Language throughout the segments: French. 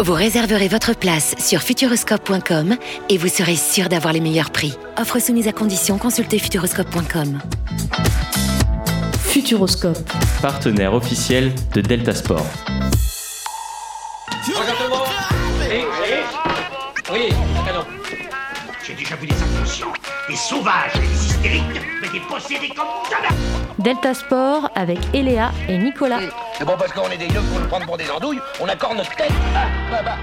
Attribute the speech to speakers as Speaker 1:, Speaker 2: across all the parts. Speaker 1: Vous réserverez votre place sur futuroscope.com et vous serez sûr d'avoir les meilleurs prix. Offre soumise à condition, consultez futuroscope.com.
Speaker 2: Futuroscope,
Speaker 3: partenaire officiel de Delta Sport.
Speaker 4: Hey, oui, canon.
Speaker 5: J'ai déjà vu des inconscients, des sauvages, des hystériques, mais des possédés comme jamais
Speaker 2: Delta Sport avec Eléa et Nicolas.
Speaker 6: C'est bon parce qu'on est des yeux pour nous prendre pour des andouilles, on accorde notre tête. Ah, bah, bah.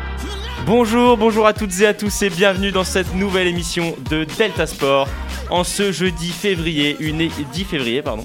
Speaker 3: Bonjour, bonjour à toutes et à tous et bienvenue dans cette nouvelle émission de Delta Sport. En ce jeudi février, une 10 février pardon,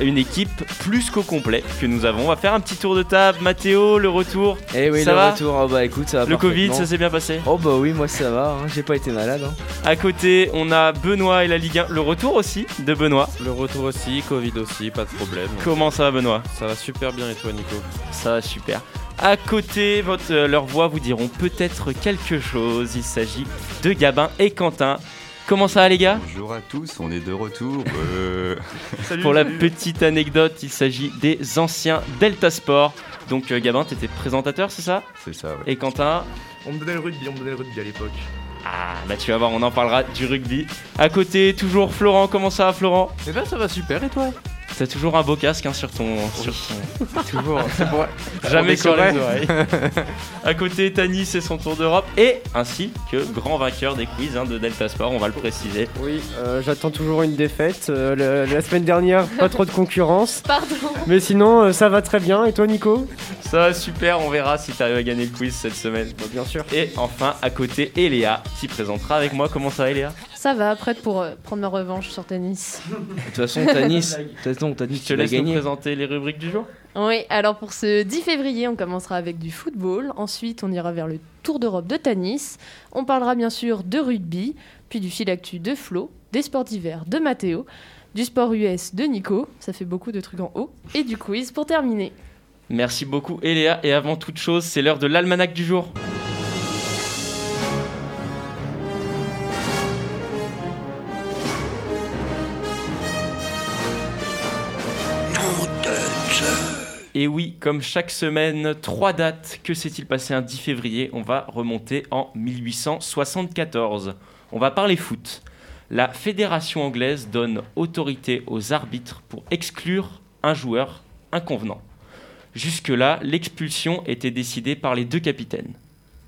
Speaker 3: une équipe plus qu'au complet que nous avons. On va faire un petit tour de table. Mathéo, le retour.
Speaker 7: Eh oui,
Speaker 3: ça
Speaker 7: le
Speaker 3: va
Speaker 7: retour. Oh bah écoute, ça va
Speaker 3: Le Covid, ça s'est bien passé
Speaker 7: Oh bah oui, moi ça va. hein. J'ai pas été malade. hein.
Speaker 3: À côté, on a Benoît et la Ligue 1. Le retour aussi de Benoît.
Speaker 8: Le retour aussi, Covid aussi, pas de problème.
Speaker 3: Comment ça va, Benoît
Speaker 8: Ça va super bien et toi, Nico
Speaker 3: Ça va super. À côté, votre, euh, leurs voix vous diront peut-être quelque chose. Il s'agit de Gabin et Quentin. Comment ça va, les gars
Speaker 9: Bonjour à tous, on est de retour. Euh,
Speaker 3: Pour la petite anecdote, il s'agit des anciens Delta Sport. Donc, euh, Gabin, t'étais présentateur, c'est ça
Speaker 9: C'est ça, ouais.
Speaker 3: Et Quentin
Speaker 10: On me donnait le rugby, on me donnait le rugby à l'époque.
Speaker 3: Ah, bah tu vas voir, on en parlera du rugby. À côté, toujours Florent, comment ça va, Florent
Speaker 8: Eh ben ça va super et toi
Speaker 3: T'as toujours un beau casque hein, sur ton. sur ton-
Speaker 8: Toujours, c'est pour...
Speaker 3: Jamais
Speaker 8: On
Speaker 3: sur les
Speaker 8: décorrèle.
Speaker 3: oreilles. à côté, Tani, c'est son tour d'Europe. Et ainsi que grand vainqueur des quiz hein, de Delta Sport, on va le préciser.
Speaker 11: Oui, euh, j'attends toujours une défaite. Euh, le- la semaine dernière, pas trop de concurrence.
Speaker 12: Pardon.
Speaker 11: Mais sinon, euh, ça va très bien. Et toi, Nico
Speaker 3: Ça va super, on verra si t'arrives à gagner le quiz cette semaine.
Speaker 11: Bah, Bien sûr.
Speaker 3: Et enfin, à côté, Eléa qui présentera avec moi. Comment ça, va, Eléa
Speaker 12: Ça va, prête pour euh, prendre ma revanche sur tennis.
Speaker 7: De toute façon, Tanis, de toute façon, Tanis,
Speaker 3: Je te
Speaker 7: tu l'as
Speaker 3: laisse nous
Speaker 7: gagné.
Speaker 3: présenter les rubriques du jour.
Speaker 12: Oui, alors pour ce 10 février, on commencera avec du football. Ensuite, on ira vers le Tour d'Europe de Tanis. On parlera bien sûr de rugby, puis du fil actu de Flo, des sports d'hiver de Mathéo, du sport US de Nico. Ça fait beaucoup de trucs en haut. Et du quiz pour terminer.
Speaker 3: Merci beaucoup, Eléa. Et avant toute chose, c'est l'heure de l'almanach du jour. Et oui, comme chaque semaine, trois dates. Que s'est-il passé un 10 février On va remonter en 1874. On va parler foot. La fédération anglaise donne autorité aux arbitres pour exclure un joueur inconvenant. Jusque-là, l'expulsion était décidée par les deux capitaines.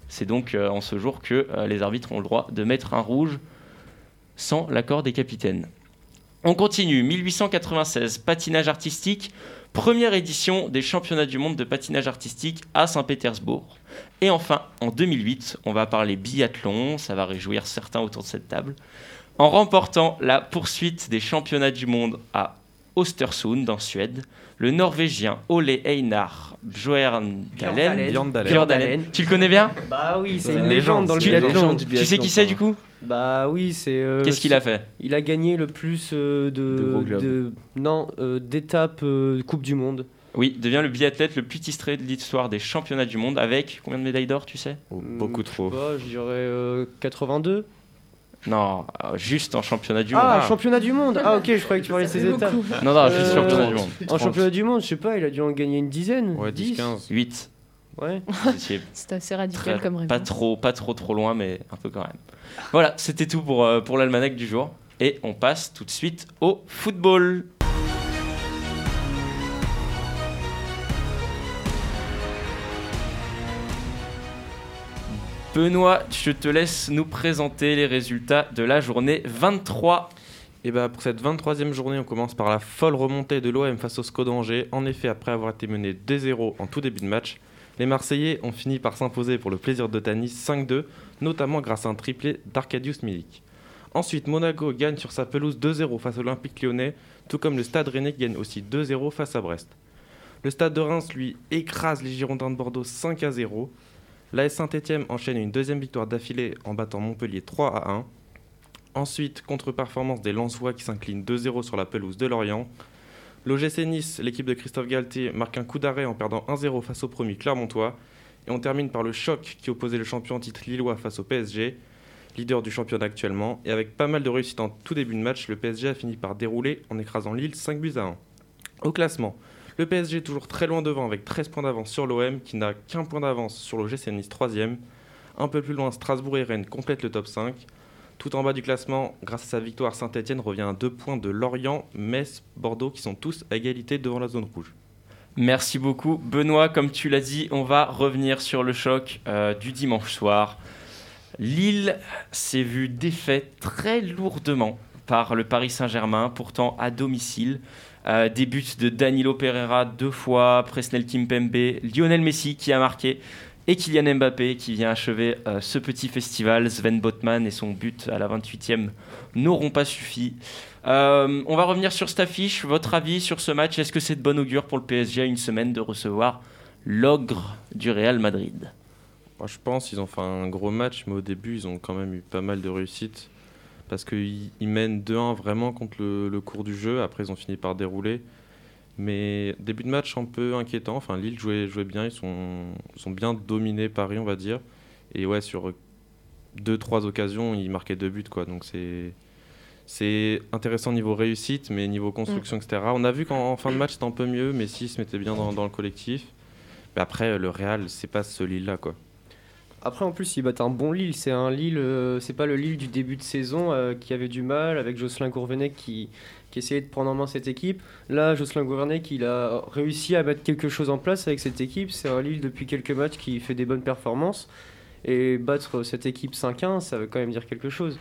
Speaker 3: C'est donc euh, en ce jour que euh, les arbitres ont le droit de mettre un rouge sans l'accord des capitaines. On continue, 1896, patinage artistique, première édition des championnats du monde de patinage artistique à Saint-Pétersbourg. Et enfin, en 2008, on va parler biathlon, ça va réjouir certains autour de cette table, en remportant la poursuite des championnats du monde à Östersund en Suède, le Norvégien Ole Einar Bjørndalen.
Speaker 8: Bjørndalen.
Speaker 3: Bjørndalen. Tu le connais bien
Speaker 11: Bah oui, c'est
Speaker 3: Ouais.
Speaker 11: une légende dans le
Speaker 3: Tu-
Speaker 11: biathlon.
Speaker 7: légende du
Speaker 3: Tu sais qui c'est du coup
Speaker 11: Bah oui, c'est. euh,
Speaker 3: Qu'est-ce qu'il a fait
Speaker 11: Il a gagné le plus euh,
Speaker 7: De
Speaker 11: de,
Speaker 7: gros globes.
Speaker 11: non euh, d'étapes euh, Coupe du Monde.
Speaker 3: Oui, devient le biathlète le plus titré de l'histoire des championnats du monde avec combien de médailles d'or, tu sais
Speaker 8: Beaucoup trop.
Speaker 11: Bah, je dirais euh, 82.
Speaker 3: Non, euh, juste en championnat du
Speaker 11: ah,
Speaker 3: monde.
Speaker 11: championnat du monde. Ah ok, je croyais que tu parlais de ses étapes.
Speaker 3: non, non, juste
Speaker 11: Euh,
Speaker 3: championnat du monde.
Speaker 11: En championnat du monde, je sais pas, il a dû en gagner une dizaine.
Speaker 8: Ouais,
Speaker 11: 10,
Speaker 8: 10-15.
Speaker 3: 8.
Speaker 11: Ouais.
Speaker 12: C'est assez
Speaker 3: Très-
Speaker 12: radical comme
Speaker 3: pas
Speaker 12: réponse.
Speaker 3: trop, pas trop, trop loin, mais un peu quand même. Voilà, c'était tout pour, euh, pour l'almanach du jour. Et on passe tout de suite au football. Benoît, je te laisse nous présenter les résultats de la journée 23.
Speaker 8: Et bah pour cette 23e journée, on commence par la folle remontée de l'OM face au SCO d'Angers. En effet, après avoir été mené 2-0 en tout début de match, les Marseillais ont fini par s'imposer pour le plaisir de Tanis 5-2, notamment grâce à un triplé d'Arcadius Milik. Ensuite, Monaco gagne sur sa pelouse 2-0 face à l'Olympique lyonnais, tout comme le Stade rennais gagne aussi 2-0 face à Brest. Le Stade de Reims, lui, écrase les Girondins de Bordeaux 5-0. L'AS Saint-Etienne enchaîne une deuxième victoire d'affilée en battant Montpellier 3 à 1. Ensuite, contre-performance des Lensois qui s'inclinent 2-0 sur la pelouse de Lorient. L'OGC Nice, l'équipe de Christophe Galtier, marque un coup d'arrêt en perdant 1-0 face au premier Clermontois. Et on termine par le choc qui opposait le champion en titre Lillois face au PSG, leader du championnat actuellement. Et avec pas mal de réussite en tout début de match, le PSG a fini par dérouler en écrasant Lille 5 buts à 1. Au classement, le PSG est toujours très loin devant avec 13 points d'avance sur l'OM qui n'a qu'un point d'avance sur le GC Nice 3ème. Un peu plus loin, Strasbourg et Rennes complètent le top 5. Tout en bas du classement, grâce à sa victoire, Saint-Etienne revient à deux points de Lorient, Metz, Bordeaux qui sont tous à égalité devant la zone rouge.
Speaker 3: Merci beaucoup. Benoît, comme tu l'as dit, on va revenir sur le choc euh, du dimanche soir. Lille s'est vue défaite très lourdement par le Paris Saint-Germain, pourtant à domicile. Euh, des buts de Danilo Pereira deux fois, Presnel Kimpembe, Lionel Messi qui a marqué et Kylian Mbappé qui vient achever euh, ce petit festival. Sven Botman et son but à la 28e n'auront pas suffi. Euh, on va revenir sur cette affiche. Votre avis sur ce match Est-ce que c'est de bon augure pour le PSG à une semaine de recevoir l'ogre du Real Madrid
Speaker 8: Moi, je pense qu'ils ont fait un gros match, mais au début, ils ont quand même eu pas mal de réussites. Parce qu'ils mènent 2-1 vraiment contre le, le cours du jeu. Après, ils ont fini par dérouler. Mais début de match un peu inquiétant. Enfin, Lille jouait, jouait bien. Ils sont, sont bien dominés Paris, on va dire. Et ouais, sur 2-3 occasions, ils marquaient deux buts. Quoi. Donc c'est, c'est intéressant niveau réussite, mais niveau construction, etc. On a vu qu'en fin de match, c'était un peu mieux. mais s'ils se mettait bien dans, dans le collectif. Mais après, le Real, c'est pas ce Lille-là. Quoi.
Speaker 11: Après, en plus, ils battent un bon Lille. C'est un Lille, euh, c'est pas le Lille du début de saison euh, qui avait du mal avec Jocelyn Gourvenet qui, qui essayait de prendre en main cette équipe. Là, Jocelyn Gourvenet, il a réussi à mettre quelque chose en place avec cette équipe. C'est un Lille depuis quelques matchs qui fait des bonnes performances. Et battre cette équipe 5-1, ça veut quand même dire quelque chose.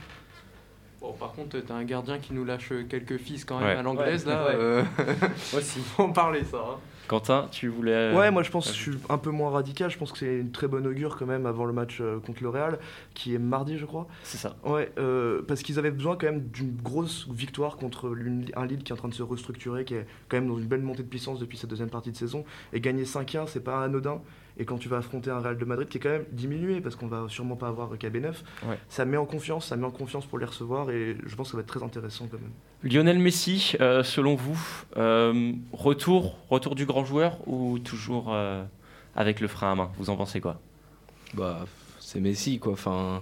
Speaker 13: Bon, par contre, t'as un gardien qui nous lâche quelques fils quand même
Speaker 3: Ouais.
Speaker 13: à l'anglaise,
Speaker 3: Ouais,
Speaker 13: là.
Speaker 3: ouais.
Speaker 13: euh, Faut en parler, ça. hein.
Speaker 3: Quentin, tu voulais. euh,
Speaker 10: Ouais, moi je pense que je suis un peu moins radical. Je pense que c'est une très bonne augure quand même avant le match euh, contre le Real, qui est mardi, je crois.
Speaker 3: C'est ça.
Speaker 10: Ouais, euh, parce qu'ils avaient besoin quand même d'une grosse victoire contre l'une- un Lille qui est en train de se restructurer, qui est quand même dans une belle montée de puissance depuis sa deuxième partie de saison. Et gagner 5-1, c'est pas anodin. Et quand tu vas affronter un Real de Madrid qui est quand même diminué, parce qu'on va sûrement pas avoir KB9,
Speaker 3: Ouais.
Speaker 10: ça met en confiance, ça met en confiance pour les recevoir. Et je pense que ça va être très intéressant quand même.
Speaker 3: Lionel Messi, euh, selon vous, euh, retour, retour du grand joueur ou toujours euh, avec le frein à main Vous en pensez quoi
Speaker 7: Bah, c'est Messi, quoi. Enfin,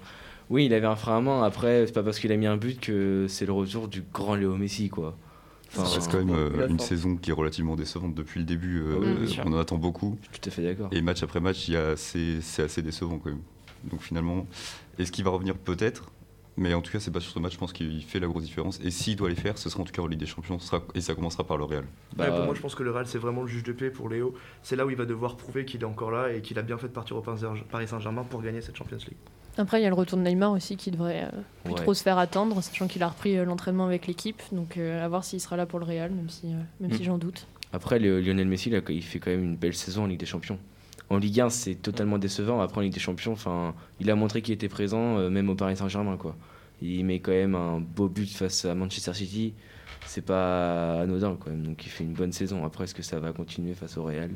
Speaker 7: oui, il avait un frein à main. Après, c'est pas parce qu'il a mis un but que c'est le retour du grand Léo Messi, quoi.
Speaker 9: Ça reste quand même euh, une saison qui est relativement décevante depuis le début. euh,
Speaker 7: Oui, bien sûr.
Speaker 9: on en attend beaucoup.
Speaker 7: Tout à fait d'accord.
Speaker 9: Et match après match, il y a assez- c'est assez décevant quand même. Donc finalement, est-ce qu'il va revenir Peut-être. Mais en tout cas, c'est pas sur ce match, je pense qu'il fait la grosse différence. Et s'il doit les faire, ce sera en tout cas en Ligue des Champions. ce sera- et ça commencera par le Real.
Speaker 10: Bah, Ouais, pour moi, je pense que le Real, c'est vraiment le juge de paix pour Léo. C'est là où il va devoir prouver qu'il est encore là et qu'il a bien fait de partir au Paris Saint-Germain pour gagner cette Champions League.
Speaker 12: Après, il y a le retour de Neymar aussi qui devrait euh, plus
Speaker 10: Ouais.
Speaker 12: trop se faire attendre, sachant qu'il a repris euh, l'entraînement avec l'équipe. Donc, euh, à voir s'il sera là pour le Real, même si, euh, même
Speaker 7: Mm.
Speaker 12: si j'en doute.
Speaker 7: Après, le- Lionel Messi, là, il fait quand même une belle saison en Ligue des Champions. En Ligue 1, c'est totalement décevant. Après, en Ligue des Champions, enfin, il a montré qu'il était présent, euh, même au Paris Saint-Germain, quoi. Il met quand même un beau but face à Manchester City. C'est pas anodin, quand même. Donc, il fait une bonne saison. Après, est-ce que ça va continuer face au Real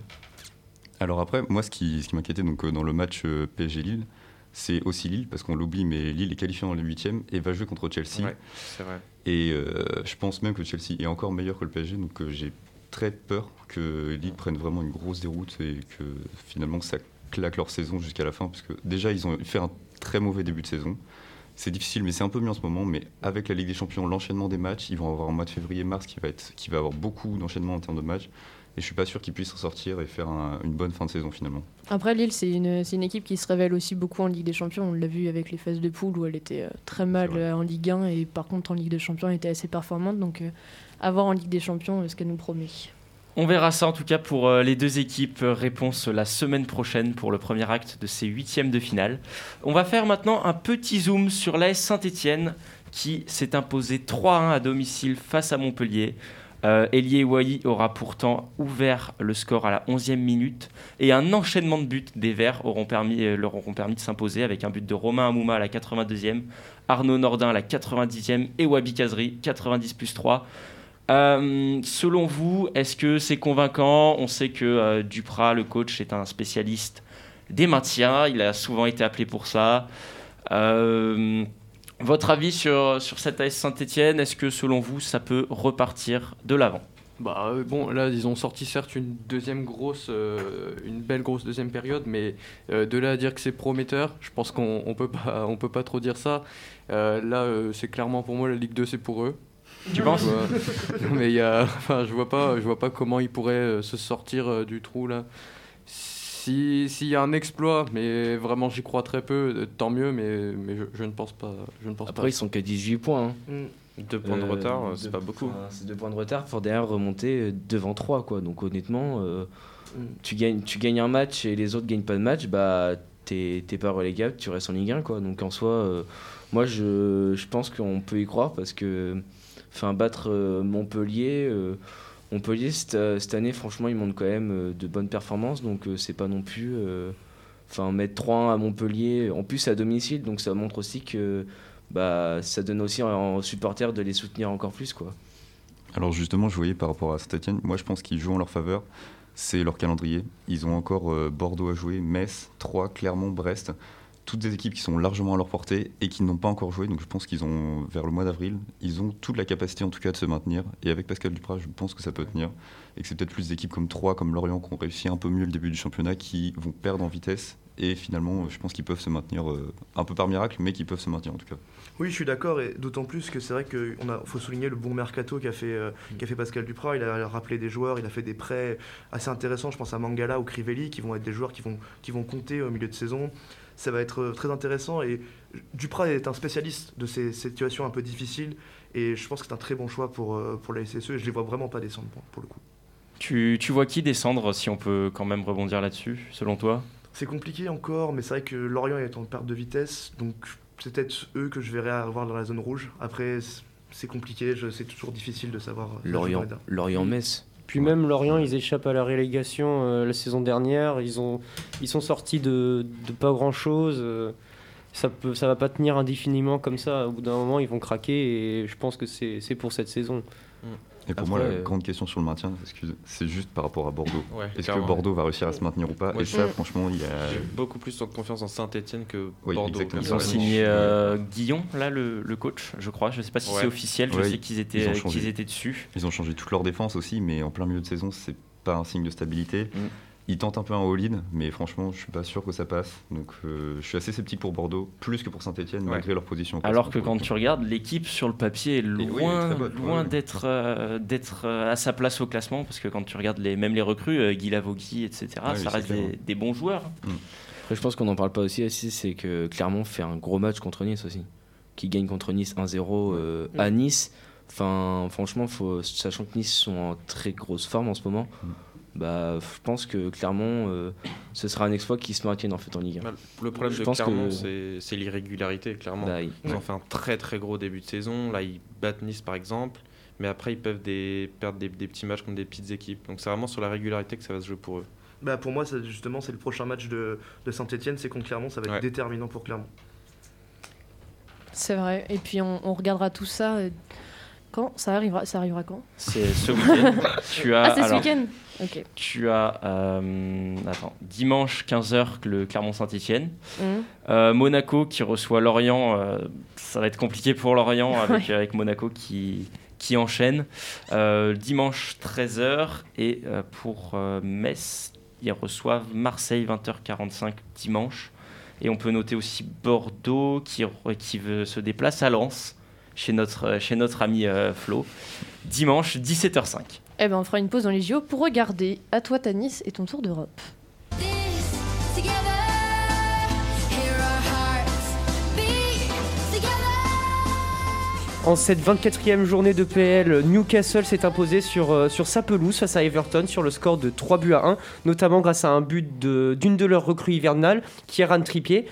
Speaker 9: Alors après, moi, ce qui, ce qui m'inquiétait donc, euh, dans le match euh, PSG-Lille, c'est aussi Lille, parce qu'on l'oublie, mais Lille est qualifiée en les huitièmes et va jouer contre Chelsea.
Speaker 8: Ouais, c'est vrai.
Speaker 9: Et euh, je pense même que Chelsea est encore meilleur que le PSG, donc euh, j'ai très peur que Lille prenne vraiment une grosse déroute et que finalement ça claque leur saison jusqu'à la fin, parce que déjà ils ont fait un très mauvais début de saison. C'est difficile, mais c'est un peu mieux en ce moment. Mais avec la Ligue des Champions, l'enchaînement des matchs, ils vont avoir un mois de février-mars qui va être, qui va avoir beaucoup d'enchaînements en termes de matchs. Et je suis pas sûr qu'ils puissent ressortir et faire un- une bonne fin de saison finalement.
Speaker 12: Après, Lille, c'est une, c'est une équipe qui se révèle aussi beaucoup en Ligue des Champions. On l'a vu avec les phases de poule où elle était euh, très mal euh, en Ligue 1 et par contre en Ligue des Champions, elle était assez performante. Donc, euh, à voir en Ligue des Champions euh, ce qu'elle nous promet.
Speaker 3: On verra ça en tout cas pour euh, les deux équipes. Euh, Réponse la semaine prochaine pour le premier acte de ces huitièmes de finale. On va faire maintenant un petit zoom sur l'AS Saint-Etienne qui s'est imposé 3-1 à domicile face à Montpellier. Euh, Elie Wahi aura pourtant ouvert le score à la 11e minute et un enchaînement de buts des Verts auront permis, euh, leur auront permis de s'imposer avec un but de Romain Amouma à la 82e, Arnaud Nordin à la 90e et Wabi Kazri 90 plus 3. Euh, selon vous, est-ce que c'est convaincant On sait que euh, Duprat, le coach, est un spécialiste des maintiens. Il a souvent été appelé pour ça. Euh, Votre avis sur, sur cette AS Saint-Etienne, est-ce que selon vous, ça peut repartir de l'avant
Speaker 13: Bah euh, bon, là ils ont sorti certes une deuxième grosse, euh, une belle grosse deuxième période, mais euh, de là à dire que c'est prometteur, je pense qu'on on peut pas, on peut pas trop dire ça. Euh, là, euh, c'est clairement pour moi la Ligue 2, c'est pour eux.
Speaker 3: Tu penses
Speaker 13: Ouais. Non, Mais il y a, enfin, je vois pas, je vois pas comment ils pourraient euh, se sortir euh, du trou là. Si- S'il y a un exploit, mais vraiment j'y crois très peu, euh, tant mieux, mais, mais je, je ne pense pas. Je ne pense
Speaker 7: Après,
Speaker 13: pas.
Speaker 7: ils sont qu'à 18 points. hein.
Speaker 8: Mm. Deux points de retard, euh, c'est
Speaker 7: deux-
Speaker 8: pas beaucoup.
Speaker 7: enfin, C'est deux points de retard pour derrière remonter euh, devant 3. Quoi. Donc honnêtement, euh,
Speaker 10: Mm.
Speaker 7: tu, gagnes, tu gagnes un match et les autres gagnent pas de match, bah t'es t'es pas relégable, tu restes en Ligue 1. Quoi. Donc en soi, euh, moi je, je pense qu'on peut y croire parce que enfin, battre euh, Montpellier, euh, Montpellier cette, euh, cette année, franchement, ils montrent quand même euh, de bonnes performances. Donc euh, c'est pas non plus. euh, Enfin, mettre 3-1 à Montpellier, en plus c'est à domicile, donc ça montre aussi que bah, ça donne aussi en- aux supporters de les soutenir encore plus. quoi.
Speaker 9: Alors justement, je voyais par rapport à Saint-Etienne, moi je pense qu'ils jouent en leur faveur. C'est leur calendrier. Ils ont encore euh, Bordeaux à jouer, Metz, Troyes, Clermont, Brest. Toutes des équipes qui sont largement à leur portée et qui n'ont pas encore joué. Donc je pense qu'ils ont, vers le mois d'avril, ils ont toute la capacité en tout cas de se maintenir. Et avec Pascal Duprat, je pense que ça peut tenir. Et que c'est peut-être plus des équipes comme Troyes, comme Lorient, qui ont réussi un peu mieux le début du championnat, qui vont perdre en vitesse. Et finalement, je pense qu'ils peuvent se maintenir euh, un peu par miracle, mais qu'ils peuvent se maintenir en tout cas.
Speaker 10: Oui, je suis d'accord, et d'autant plus que c'est vrai qu'il faut souligner le bon mercato qu'a fait, euh, qu'a fait Pascal Duprat. Il a rappelé des joueurs, il a fait des prêts assez intéressants. Je pense à Mangala ou Crivelli, qui vont être des joueurs qui vont, qui vont compter au milieu de saison. Ça va être euh, très intéressant. Et Duprat est un spécialiste de ces, ces situations un peu difficiles. Et je pense que c'est un très bon choix pour, euh, pour la SSE. Et je les vois vraiment pas descendre pour, pour le coup.
Speaker 3: tu, tu vois qui descendre, si on peut quand même rebondir là-dessus, selon toi
Speaker 10: C'est compliqué encore, mais c'est vrai que Lorient est en perte de vitesse, donc c'est peut-être eux que je verrai avoir dans la zone rouge. Après, c- c'est compliqué, je- c'est toujours difficile de savoir. euh,
Speaker 7: Lorient,
Speaker 10: je sais pas.
Speaker 8: Mm.
Speaker 7: Lorient-Metz.
Speaker 2: Puis même Lorient, ils échappent à la relégation euh, la saison dernière. Ils, ont, ils sont sortis de, de pas grand-chose. euh, ça peut, ça va pas tenir indéfiniment comme ça. Au bout d'un moment, ils vont craquer et je pense que c'est c'est pour cette saison.
Speaker 9: Et pour moi, la
Speaker 3: euh,
Speaker 9: grande question sur le maintien, excuse, c'est juste par rapport à Bordeaux.
Speaker 8: Ouais,
Speaker 9: Est-ce que
Speaker 8: clairement.
Speaker 9: Bordeaux va réussir à se maintenir ou pas
Speaker 8: Moi,
Speaker 9: Et
Speaker 8: je-
Speaker 9: ça, franchement, il y a.
Speaker 8: J'ai beaucoup plus de confiance en Saint-Etienne que
Speaker 9: Oui,
Speaker 8: Bordeaux.
Speaker 9: exactement.
Speaker 3: Ils ont
Speaker 8: Ouais.
Speaker 3: signé euh, Guillon, là, le, le coach, je crois. Je sais pas si
Speaker 9: Ouais.
Speaker 3: c'est officiel, je
Speaker 9: Ouais,
Speaker 3: sais qu'ils
Speaker 9: ils ont
Speaker 3: étaient,
Speaker 9: changé.
Speaker 3: qu'ils étaient dessus.
Speaker 9: Ils ont changé toute leur défense aussi, mais en plein milieu de saison, c'est pas un signe de stabilité.
Speaker 3: Mm.
Speaker 9: Ils tentent un peu un all-in, mais franchement, je suis pas sûr que ça passe. Donc, euh, je suis assez sceptique pour Bordeaux, plus que pour Saint-Etienne, malgré leur position. au
Speaker 3: Alors que
Speaker 9: classement.
Speaker 3: quand tu regardes, l'équipe sur le papier est
Speaker 9: oui, elle est
Speaker 3: loin,
Speaker 9: très bonne, ouais,
Speaker 3: loin
Speaker 9: ouais.
Speaker 3: d'être euh, d'être euh, à sa place au classement, parce que quand tu regardes les, même les recrues, euh, Guy Lavogui, etc.,
Speaker 7: Ouais,
Speaker 3: ça
Speaker 7: c'est
Speaker 3: reste
Speaker 7: clair,
Speaker 3: des,
Speaker 7: ouais.
Speaker 3: des bons joueurs. hein.
Speaker 7: Après, je pense qu'on n'en parle pas aussi, aussi, c'est que Clermont fait un gros match contre Nice aussi. Qui gagne contre Nice 1-0 euh, à
Speaker 8: Mm.
Speaker 7: Nice. Enfin, franchement, faut, sachant que Nice sont en très grosse forme en ce moment, bah, je pense que Clermont, euh, ce sera un exploit qui se maintienne en fait en Ligue 1.
Speaker 8: Bah, Le problème
Speaker 7: Je
Speaker 8: de
Speaker 7: pense que-
Speaker 8: Clermont, c'est- c'est l'irrégularité, clairement.
Speaker 7: Bah, oui.
Speaker 8: Ils ont
Speaker 7: Ouais.
Speaker 8: fait un très très gros début de saison. Là, ils battent Nice, par exemple. Mais après, ils peuvent des- perdre des, des petits matchs contre des petites équipes. Donc, c'est vraiment sur la régularité que ça va se jouer pour eux.
Speaker 10: Bah, pour moi, c'est- justement, c'est le prochain match de, de Saint-Etienne, c'est contre Clermont, ça va être
Speaker 8: Ouais.
Speaker 10: déterminant pour Clermont.
Speaker 12: C'est vrai. Et puis on, on regardera tout ça euh, quand ça arrivera. Ça arrivera quand
Speaker 3: C'est ce week-end. tu as,
Speaker 12: Ah, c'est ce
Speaker 3: alors,
Speaker 12: week-end Ok.
Speaker 3: Tu as euh, attends, dimanche 15h le Clermont-Saint-Etienne. Euh,
Speaker 12: Mhm.
Speaker 3: Monaco qui reçoit Lorient. euh, ça va être compliqué pour Lorient avec, avec Monaco qui, qui enchaîne. Euh, dimanche 13h et euh, pour euh, Metz, ils reçoivent Marseille 20h45 dimanche. Et on peut noter aussi Bordeaux qui, re- qui veut- se déplace à Lens chez notre, chez notre ami euh, Flo. Dimanche 17h05.
Speaker 12: Eh ben, on fera une pause dans les JO pour regarder. À toi, Tanis, et ton tour d'Europe.
Speaker 11: Together, hear our hearts beat together.
Speaker 2: En cette 24e journée de PL, Newcastle s'est imposé sur, euh, sur sa pelouse face à Everton sur le score de 3 buts à 1, notamment grâce à un but de- d'une de, leurs recrues hivernales, Kieran Trippier.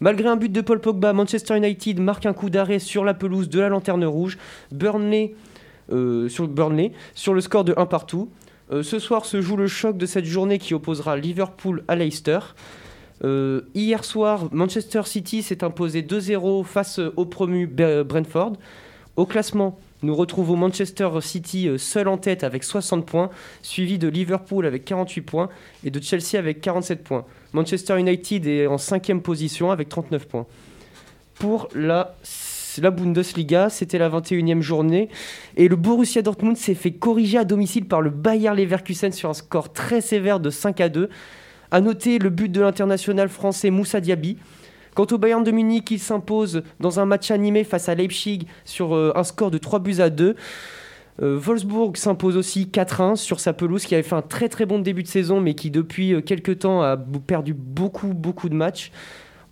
Speaker 2: Malgré un but de Paul Pogba, Manchester United marque un coup d'arrêt sur la pelouse de la Lanterne Rouge. Burnley euh, sur Burnley sur le score de 1 partout. Euh, ce soir se joue le choc de cette journée qui opposera Liverpool à Leicester. Euh, hier soir, Manchester City s'est imposé 2-0 face euh, au promu Be- Brentford. Au classement, nous retrouvons Manchester City euh, seul en tête avec 60 points, suivi de Liverpool avec 48 points et de Chelsea avec 47 points. Manchester United est en cinquième position avec 39 points pour la, c'est la Bundesliga, c'était la 21e journée. Et le Borussia Dortmund s'est fait corriger à domicile par le Bayer Leverkusen sur un score très sévère de 5 à 2. À noter le but de l'international français Moussa Diaby. Quant au Bayern de Munich, il s'impose dans un match animé face à Leipzig sur euh, un score de 3 buts à 2. Euh, Wolfsburg s'impose aussi 4-1 sur sa pelouse qui avait fait un très très bon début de saison mais qui depuis euh, quelques temps a b- perdu beaucoup beaucoup de matchs.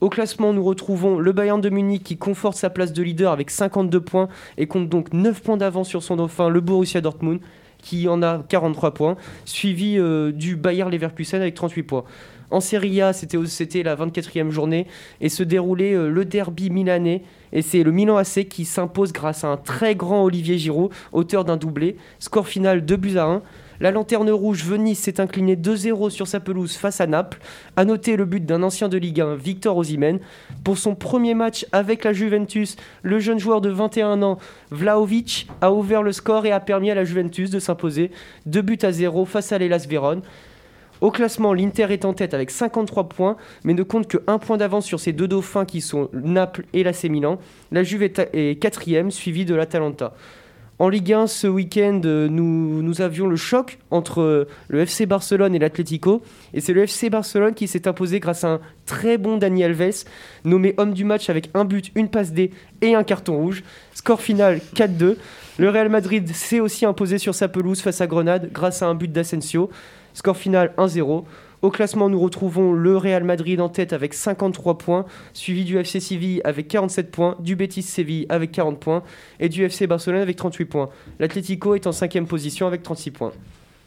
Speaker 2: Au classement, nous retrouvons le Bayern de Munich qui conforte sa place de leader avec 52 points et compte donc 9 points d'avance sur son dauphin, le Borussia Dortmund, qui en a 43 points, suivi euh, du Bayer Leverkusen avec 38 points. En Serie A, c'était au- c'était la 24e journée et se déroulait euh, le derby milanais. Et c'est le Milan AC qui s'impose grâce à un très grand Olivier Giroud, auteur d'un doublé. Score final 2 buts à 1. La lanterne rouge Venise s'est inclinée 2-0 sur sa pelouse face à Naples. À noter le but d'un ancien de Ligue 1, Victor Osimhen. Pour son premier match avec la Juventus, le jeune joueur de 21 ans, Vlaovic, a ouvert le score et a permis à la Juventus de s'imposer 2 buts à 0 face à l'Elas Vérone. Au classement, l'Inter est en tête avec 53 points, mais ne compte que 1 point d'avance sur ses deux dauphins qui sont Naples et l'AC Milan. La Juve est- est quatrième, suivie de l'Atalanta. En Ligue 1, ce week-end, euh, nous, nous avions le choc entre euh, le FC Barcelone et l'Atlético. Et c'est le FC Barcelone qui s'est imposé grâce à un très bon Dani Alves, nommé homme du match avec un but, une passe D et un carton rouge. Score final 4-2. Le Real Madrid s'est aussi imposé sur sa pelouse face à Grenade grâce à un but d'Asensio. Score final 1-0. Au classement, nous retrouvons le Real Madrid en tête avec 53 points, suivi du FC Séville avec 47 points, du Betis Séville avec 40 points et du FC Barcelone avec 38 points. L'Atlético est en cinquième position avec 36 points.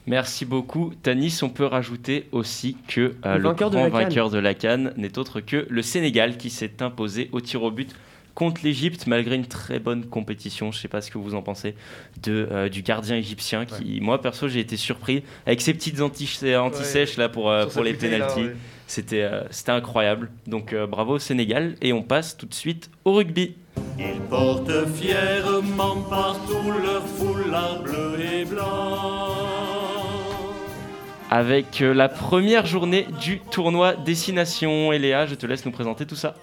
Speaker 3: Merci beaucoup. Tanis, on peut rajouter aussi que euh,
Speaker 2: Le
Speaker 3: le,
Speaker 2: vainqueur de
Speaker 3: grand
Speaker 2: la CAN.
Speaker 3: vainqueur de la Cannes n'est autre que le Sénégal qui s'est imposé au tir au but contre l'Égypte malgré une très bonne compétition. Je sais pas ce que vous en pensez de, euh, du gardien égyptien qui, moi perso, j'ai été surpris avec ses petites anti- anti-sèches là pour, euh,
Speaker 10: Sur
Speaker 3: pour
Speaker 10: cette
Speaker 3: les
Speaker 10: bouteille-là,
Speaker 3: pénalties.
Speaker 10: ouais.
Speaker 3: C'était euh, c'était incroyable. Donc euh, bravo au Sénégal et on passe tout de suite au rugby.
Speaker 14: Ils portent fièrement partout leur foulard bleu et blanc.
Speaker 3: Avec euh, la première journée du tournoi Destination. Et Léa, je te laisse nous présenter tout ça.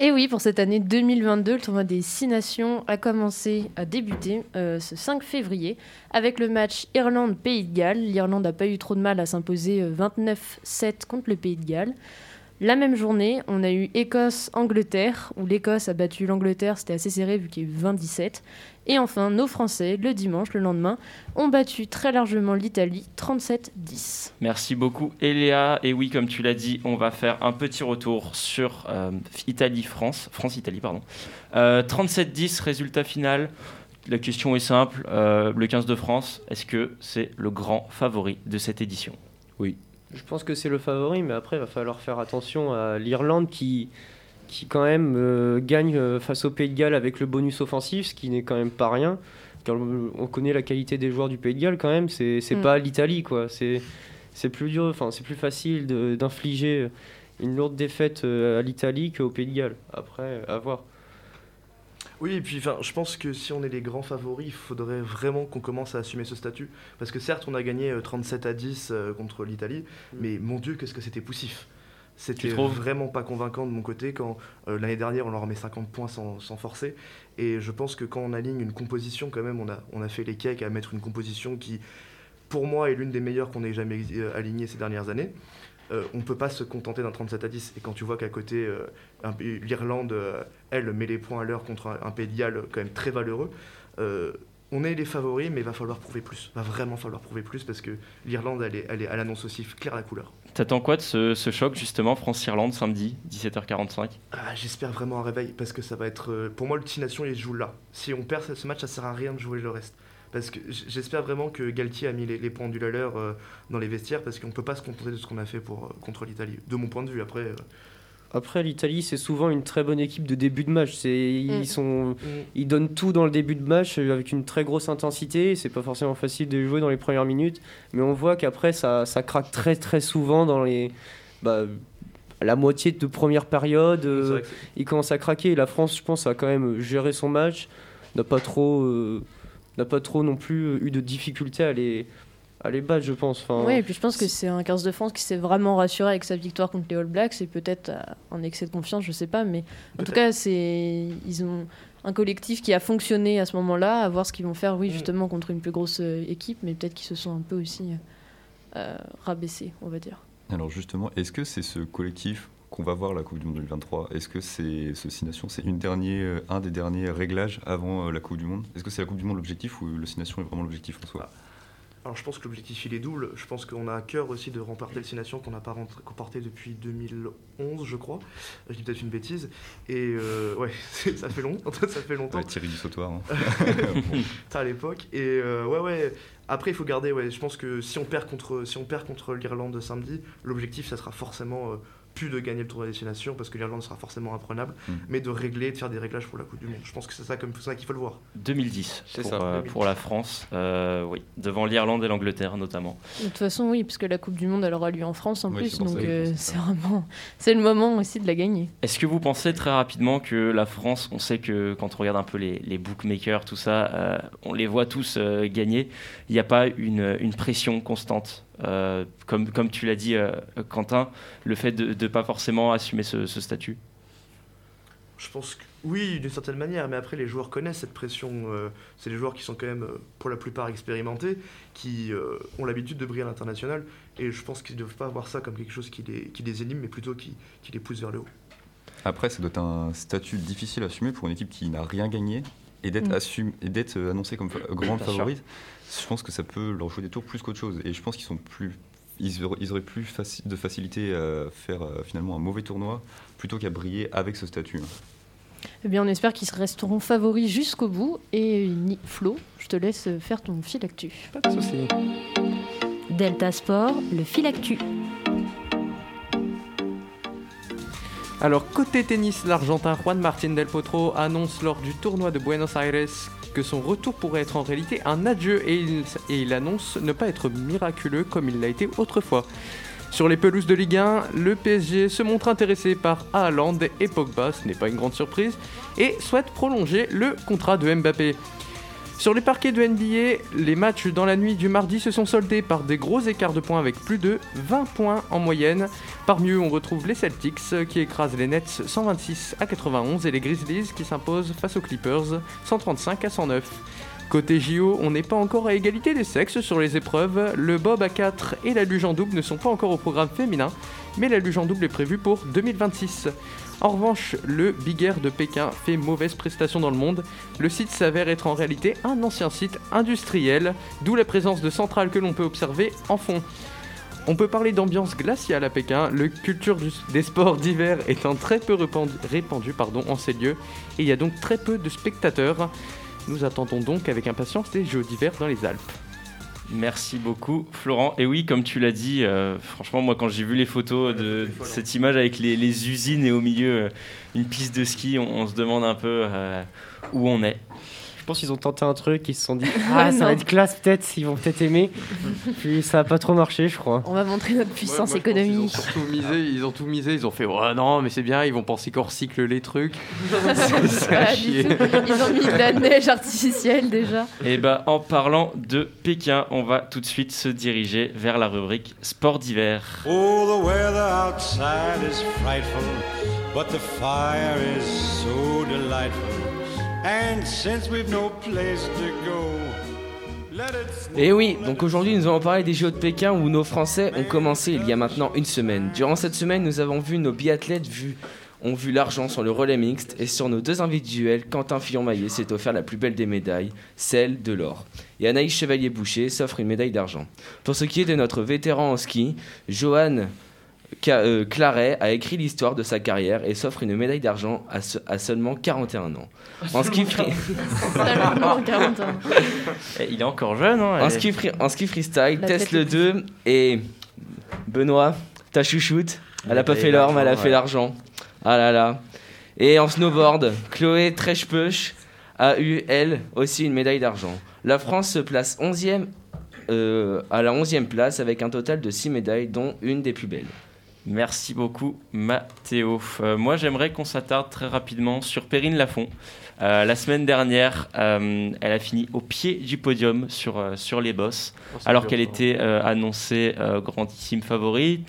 Speaker 12: Et oui, pour cette année 2022, le tournoi des Six Nations a commencé à débuter euh, ce 5 février avec le match Irlande-Pays de Galles. L'Irlande n'a pas eu trop de mal à s'imposer euh, 29-7 contre le Pays de Galles. La même journée, on a eu Écosse-Angleterre, où l'Écosse a battu l'Angleterre, c'était assez serré vu qu'il y a eu 27. Et enfin, nos Français, le dimanche, le lendemain, ont battu très largement l'Italie, 37-10.
Speaker 3: Merci beaucoup, Eléa. Et oui, comme tu l'as dit, on va faire un petit retour sur euh, Italie-France. France-Italie, pardon. Euh, 37-10, résultat final. La question est simple. euh, le 15 de France, est-ce que c'est le grand favori de cette édition
Speaker 15: Oui.
Speaker 13: Je pense que c'est le favori, mais après, il va falloir faire attention à l'Irlande qui, qui quand même, euh, gagne euh, face au Pays de Galles avec le bonus offensif, ce qui n'est quand même pas rien. Car le- on connaît la qualité des joueurs du Pays de Galles quand même, c'est c'est
Speaker 16: Mm.
Speaker 13: pas l'Italie, quoi. C'est c'est plus dur, enfin, c'est plus facile de- d'infliger une lourde défaite euh, à l'Italie qu'au Pays de Galles. Après, à voir.
Speaker 10: Oui, et puis enfin, je pense que si on est les grands favoris, il faudrait vraiment qu'on commence à assumer ce statut. Parce que certes, on a gagné euh, 37 à 10 euh, contre l'Italie,
Speaker 13: Mm.
Speaker 10: mais mon Dieu, qu'est-ce que c'était poussif. C'était
Speaker 3: trouves
Speaker 10: vraiment pas convaincant de mon côté quand euh, l'année dernière on leur met 50 points sans, sans forcer. Et je pense que quand on aligne une composition, quand même, on a, on a fait les cakes à mettre une composition qui, pour moi, est l'une des meilleures qu'on ait jamais euh, alignée ces dernières années. Euh, on ne peut pas se contenter d'un 37 à 10. Et quand tu vois qu'à côté, euh, un- l'Irlande, euh, elle, met les points à l'heure contre un, un Pays de Galles quand même très valeureux, euh, on est les favoris, mais il va falloir prouver plus. Va vraiment falloir prouver plus parce que l'Irlande, elle, est- elle, est- elle annonce aussi clair la couleur.
Speaker 3: T'attends quoi de ce, ce choc, justement, France-Irlande, samedi, 17h45
Speaker 10: Ah, J'espère vraiment un réveil parce que ça va être. euh, pour moi, le Petit Nation, il se joue là. Si on perd ce ce match, ça sert à rien de jouer le reste. Parce que j- j'espère vraiment que Galtier a mis les, les pendules à l'heure euh, dans les vestiaires parce qu'on ne peut pas se contenter de ce qu'on a fait pour, euh, contre l'Italie. De mon point de vue, après. euh,
Speaker 13: Après, l'Italie, c'est souvent une très bonne équipe de début de match. C'est-
Speaker 10: Mm.
Speaker 13: Ils, sont, ils donnent tout dans le début de match euh, avec une très grosse intensité. C'est pas forcément facile de jouer dans les premières minutes, mais on voit qu'après, ça, ça craque très très souvent dans les. bah, la moitié de première période, euh, ils commencent à craquer. La France, je pense, a quand même géré son match, n'a pas trop, euh, n'a pas trop non plus eu de difficultés à les, à les battre, je pense. Enfin,
Speaker 12: Oui, et puis je pense que c'est un 15 de France qui s'est vraiment rassuré avec sa victoire contre les All Blacks et peut-être euh, un excès de confiance, je sais pas, mais en tout cas, c'est ils ont un collectif qui a fonctionné à ce moment-là, à voir ce qu'ils vont faire,
Speaker 9: Mm.
Speaker 12: oui, justement, contre une plus grosse euh, équipe, mais peut-être qu'ils se sont un peu aussi euh, rabaissés, on va dire.
Speaker 9: Alors justement, est-ce que c'est ce collectif qu'on va voir la Coupe du Monde 2023 Est-ce que c'est ce Six Nations, c'est une dernière, un des derniers réglages avant euh, la Coupe du Monde Est-ce que c'est la Coupe du Monde l'objectif ou le Six Nations est vraiment l'objectif en soi
Speaker 3: Ah.
Speaker 10: Alors je pense que l'objectif il est double. Je pense qu'on a à cœur aussi de remporter le Six Nations qu'on n'a pas remporté depuis 2011, je crois. Je dis peut-être une bêtise. Et euh, ouais, ça fait long, ça fait longtemps.
Speaker 9: Ouais, Thierry du Sautoir. Hein.
Speaker 10: ça à l'époque. Et euh, ouais, ouais. Après, il faut garder. Ouais, je pense que si on perd contre, si on perd contre l'Irlande samedi, l'objectif ça sera forcément euh, plus de gagner le tournoi des nations parce que l'Irlande sera forcément imprenable,
Speaker 9: Mm.
Speaker 10: mmh. mais de régler, de faire des réglages pour la Coupe du Monde. Je pense que c'est ça comme ça qu'il faut le voir.
Speaker 3: 2010, c'est ça. Euh, pour la France, euh, oui, devant l'Irlande et l'Angleterre notamment.
Speaker 12: De toute façon, oui, parce que la Coupe du Monde elle aura lieu en France en
Speaker 9: Oui,
Speaker 12: plus,
Speaker 9: c'est pour
Speaker 12: donc
Speaker 9: ça, oui,
Speaker 12: euh,
Speaker 9: c'est
Speaker 12: c'est vraiment, c'est le moment aussi de la gagner.
Speaker 3: Est-ce que vous pensez très rapidement que la France, on sait que quand on regarde un peu les, les bookmakers, tout ça, euh, on les voit tous euh, gagner, il n'y a pas une, une pression constante euh, comme, comme tu l'as dit, euh, Quentin, le fait de ne pas forcément assumer ce, ce statut
Speaker 10: Je pense que oui, d'une certaine manière, mais après les joueurs connaissent cette pression. euh, c'est des joueurs qui sont quand même euh, pour la plupart expérimentés, qui euh, ont l'habitude de briller à l'international, et je pense qu'ils ne doivent pas avoir ça comme quelque chose qui les, qui les énime, mais plutôt qui, qui les pousse vers le haut.
Speaker 9: Après, ça doit être un statut difficile à assumer pour une équipe qui n'a rien gagné et d'être
Speaker 10: Mm.
Speaker 9: assum- et d'être euh, annoncée comme fa- grande
Speaker 3: Bien sûr.
Speaker 9: favorite. Je pense que ça peut leur jouer des tours plus qu'autre chose. Et je pense qu'ils sont plus, ils aur- ils auraient plus faci- de facilité à faire euh, finalement un mauvais tournoi plutôt qu'à briller avec ce statut. hein.
Speaker 12: Eh bien, on espère qu'ils resteront favoris jusqu'au bout. Et Ni- Flo, je te laisse faire ton fil actu.
Speaker 13: Pas de souci.
Speaker 17: Delta Sport, le fil actu.
Speaker 13: Alors côté tennis, l'Argentin Juan Martín del Potro annonce lors du tournoi de Buenos Aires que son retour pourrait être en réalité un adieu et il, et il annonce ne pas être miraculeux comme il l'a été autrefois. Sur les pelouses de Ligue 1, le PSG se montre intéressé par Haaland et Pogba, ce n'est pas une grande surprise, et souhaite prolonger le contrat de Mbappé. Sur les parquets de NBA, les matchs dans la nuit du mardi se sont soldés par des gros écarts de points avec plus de 20 points en moyenne. Parmi eux, on retrouve les Celtics euh, qui écrasent les Nets 126 à 91 et les Grizzlies qui s'imposent face aux Clippers 135 à 109. Côté JO, on n'est pas encore à égalité des sexes sur les épreuves. Le bob à 4 et la luge en double ne sont pas encore au programme féminin, mais la luge en double est prévue pour 2026. En revanche, le Big Air de Pékin fait mauvaise prestation dans le monde. Le site s'avère être en réalité un ancien site industriel, d'où la présence de centrales que l'on peut observer en fond. On peut parler d'ambiance glaciale à Pékin, le culture du- des sports d'hiver étant très peu répandu, répandue, pardon, en ces lieux, et il y a donc très peu de spectateurs. Nous attendons donc avec impatience les Jeux d'hiver dans les Alpes.
Speaker 3: Merci beaucoup, Florent. Et oui, comme tu l'as dit, euh, franchement, moi, quand j'ai vu les photos de
Speaker 13: hein.
Speaker 3: cette image avec les, les usines et au milieu euh, une piste de ski, on, on se demande un peu euh, où on est.
Speaker 11: Je pense qu'ils ont tenté un truc, ils se sont dit Ah, ça
Speaker 12: non.
Speaker 11: va être classe peut-être, ils vont peut-être aimer. Puis ça a pas trop marché, je crois.
Speaker 12: On va montrer notre puissance économique.
Speaker 13: Tout misé, ils ont tout misé, ils ont fait ouais non mais c'est bien, ils vont penser qu'on recycle les trucs. C'est à
Speaker 12: Pas du
Speaker 13: chier.
Speaker 12: tout. Ils ont mis de la neige artificielle déjà.
Speaker 3: Et bah, en parlant de Pékin, on va tout de suite se diriger vers la rubrique sport d'hiver.
Speaker 14: Oh, the weather outside is frightful, but the fire is so delightful. And since we've no place to go, let it
Speaker 7: Et Eh oui, donc aujourd'hui nous allons parler des JO de Pékin où nos Français ont commencé il y a maintenant une semaine. Durant cette semaine, nous avons vu nos biathlètes vu, ont vu l'argent sur le relais mixte et sur nos deux individuels, Quentin Fillon-Maillet s'est offert la plus belle des médailles, celle de l'or. Et Anaïs Chevalier-Boucher s'offre une médaille d'argent. Pour ce qui est de notre vétéran en ski, Johan Ca- euh, Claret a écrit l'histoire de sa carrière et s'offre une médaille d'argent à, se- à seulement 41 ans. En ski, free-
Speaker 12: Seulement 40 ans.
Speaker 3: Eh, Il est encore jeune, hein
Speaker 7: en
Speaker 3: et-
Speaker 7: ski, free- en ski freestyle,
Speaker 3: La
Speaker 7: test
Speaker 3: tête
Speaker 7: le
Speaker 3: est
Speaker 7: 2 et Benoît, ta chouchoute, elle a
Speaker 3: Elle
Speaker 7: pas
Speaker 3: a
Speaker 7: fait
Speaker 3: eu
Speaker 7: l'orme, elle a
Speaker 3: l'argent,
Speaker 7: fait
Speaker 3: ouais.
Speaker 7: l'argent. Ah là là. Et en snowboard, Chloé Trèchepeuch a eu elle aussi une médaille d'argent. La France se place 11e euh, à la 11e place avec un total de 6 médailles dont une des plus belles.
Speaker 3: Merci beaucoup, Mathéo. Euh, moi, j'aimerais qu'on s'attarde très rapidement sur Perrine Lafont. Euh, la semaine dernière, euh, elle a fini au pied du podium sur, euh, sur les bosses,
Speaker 13: Oh, c'est
Speaker 3: alors
Speaker 13: dur,
Speaker 3: qu'elle
Speaker 13: ça.
Speaker 3: était euh, annoncée euh, grandissime favorite.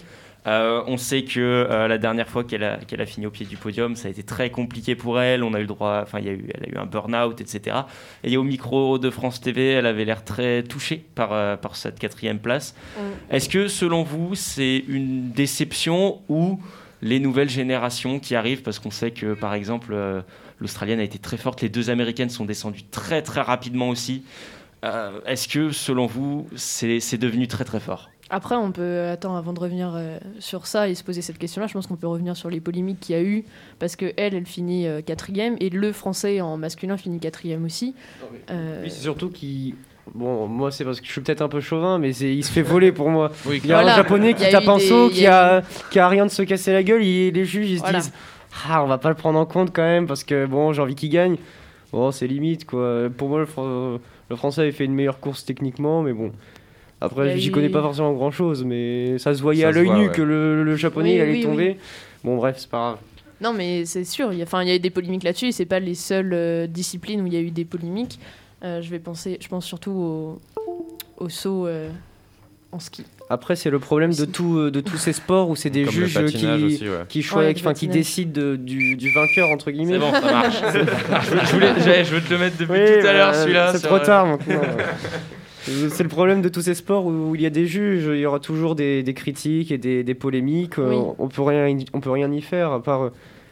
Speaker 3: Euh, on sait que euh, la dernière fois qu'elle a, qu'elle a fini au pied du podium, ça a été très compliqué pour elle. On a eu le droit, enfin, il y a eu, elle a eu un burn-out, etc. Et au micro de France TV, elle avait l'air très touchée par, euh, par cette quatrième place.
Speaker 12: Mm.
Speaker 3: Est-ce que, selon vous, c'est une déception ou les nouvelles générations qui arrivent Parce qu'on sait que, par exemple, euh, l'Australienne a été très forte. Les deux Américaines sont descendues très, très rapidement aussi. Euh, Est-ce que, selon vous, c'est c'est devenu très, très fort
Speaker 12: Après, on peut attendre avant de revenir euh, sur ça et se poser cette question-là. Je pense qu'on peut revenir sur les polémiques qu'il y a eu parce que elle, elle finit euh, quatrième et le Français en masculin finit quatrième aussi. Euh,
Speaker 2: Oui, c'est surtout qu'il. Bon, moi, c'est parce que je suis peut-être un peu chauvin, mais c'est- il se fait voler pour moi.
Speaker 13: Oui,
Speaker 2: il y a
Speaker 12: Voilà.
Speaker 2: un japonais
Speaker 12: Il y
Speaker 2: qui
Speaker 12: a
Speaker 2: tape
Speaker 12: eu
Speaker 2: un
Speaker 12: des-
Speaker 2: saut,
Speaker 12: il y
Speaker 2: qui
Speaker 12: a
Speaker 2: a, qui a rien de se casser la gueule, et les juges, ils
Speaker 12: Voilà.
Speaker 2: se disent Ah, on va pas le prendre en compte quand même, parce que bon, j'ai envie qu'il gagne. Bon, c'est limite, quoi. Pour moi, le, Fran- le français avait fait une meilleure course techniquement, mais
Speaker 12: Il
Speaker 2: bon.
Speaker 12: y a
Speaker 2: Après, j'y
Speaker 12: eu-
Speaker 2: connais pas forcément grand chose, mais ça se voyait
Speaker 11: Ça
Speaker 2: à
Speaker 11: se
Speaker 2: l'œil
Speaker 11: voit,
Speaker 2: nu
Speaker 11: ouais.
Speaker 2: que le, le japonais
Speaker 12: Oui,
Speaker 2: il allait
Speaker 12: oui, oui.
Speaker 2: tomber. Bon, bref, c'est pas grave.
Speaker 12: Non, mais c'est sûr. Il y a, enfin, il y a eu des polémiques là-dessus. et C'est pas les seules euh, disciplines où il y a eu des polémiques. Euh, je vais penser, je pense surtout au, au saut euh, en ski.
Speaker 2: Après, c'est le problème de, tout, euh, de tous ces sports où c'est des
Speaker 8: Comme le
Speaker 2: juges euh, qui,
Speaker 8: patinage aussi, ouais.
Speaker 2: qui,
Speaker 12: Ouais, le
Speaker 2: choisissent, enfin, qui
Speaker 12: patinage.
Speaker 2: décident de- du, du vainqueur, entre guillemets.
Speaker 3: C'est bon, ça marche. je, voulais, j'allais- je veux te le mettre depuis
Speaker 2: Oui,
Speaker 3: tout à l'heure,
Speaker 2: bah,
Speaker 3: celui-là.
Speaker 2: C'est
Speaker 3: sur- euh,
Speaker 2: trop tard maintenant. C'est le problème de tous ces sports où il y a des juges, il y aura toujours des, des critiques et des, des polémiques. euh,
Speaker 12: Oui.
Speaker 2: On peut rien, y- on peut rien y faire à part euh,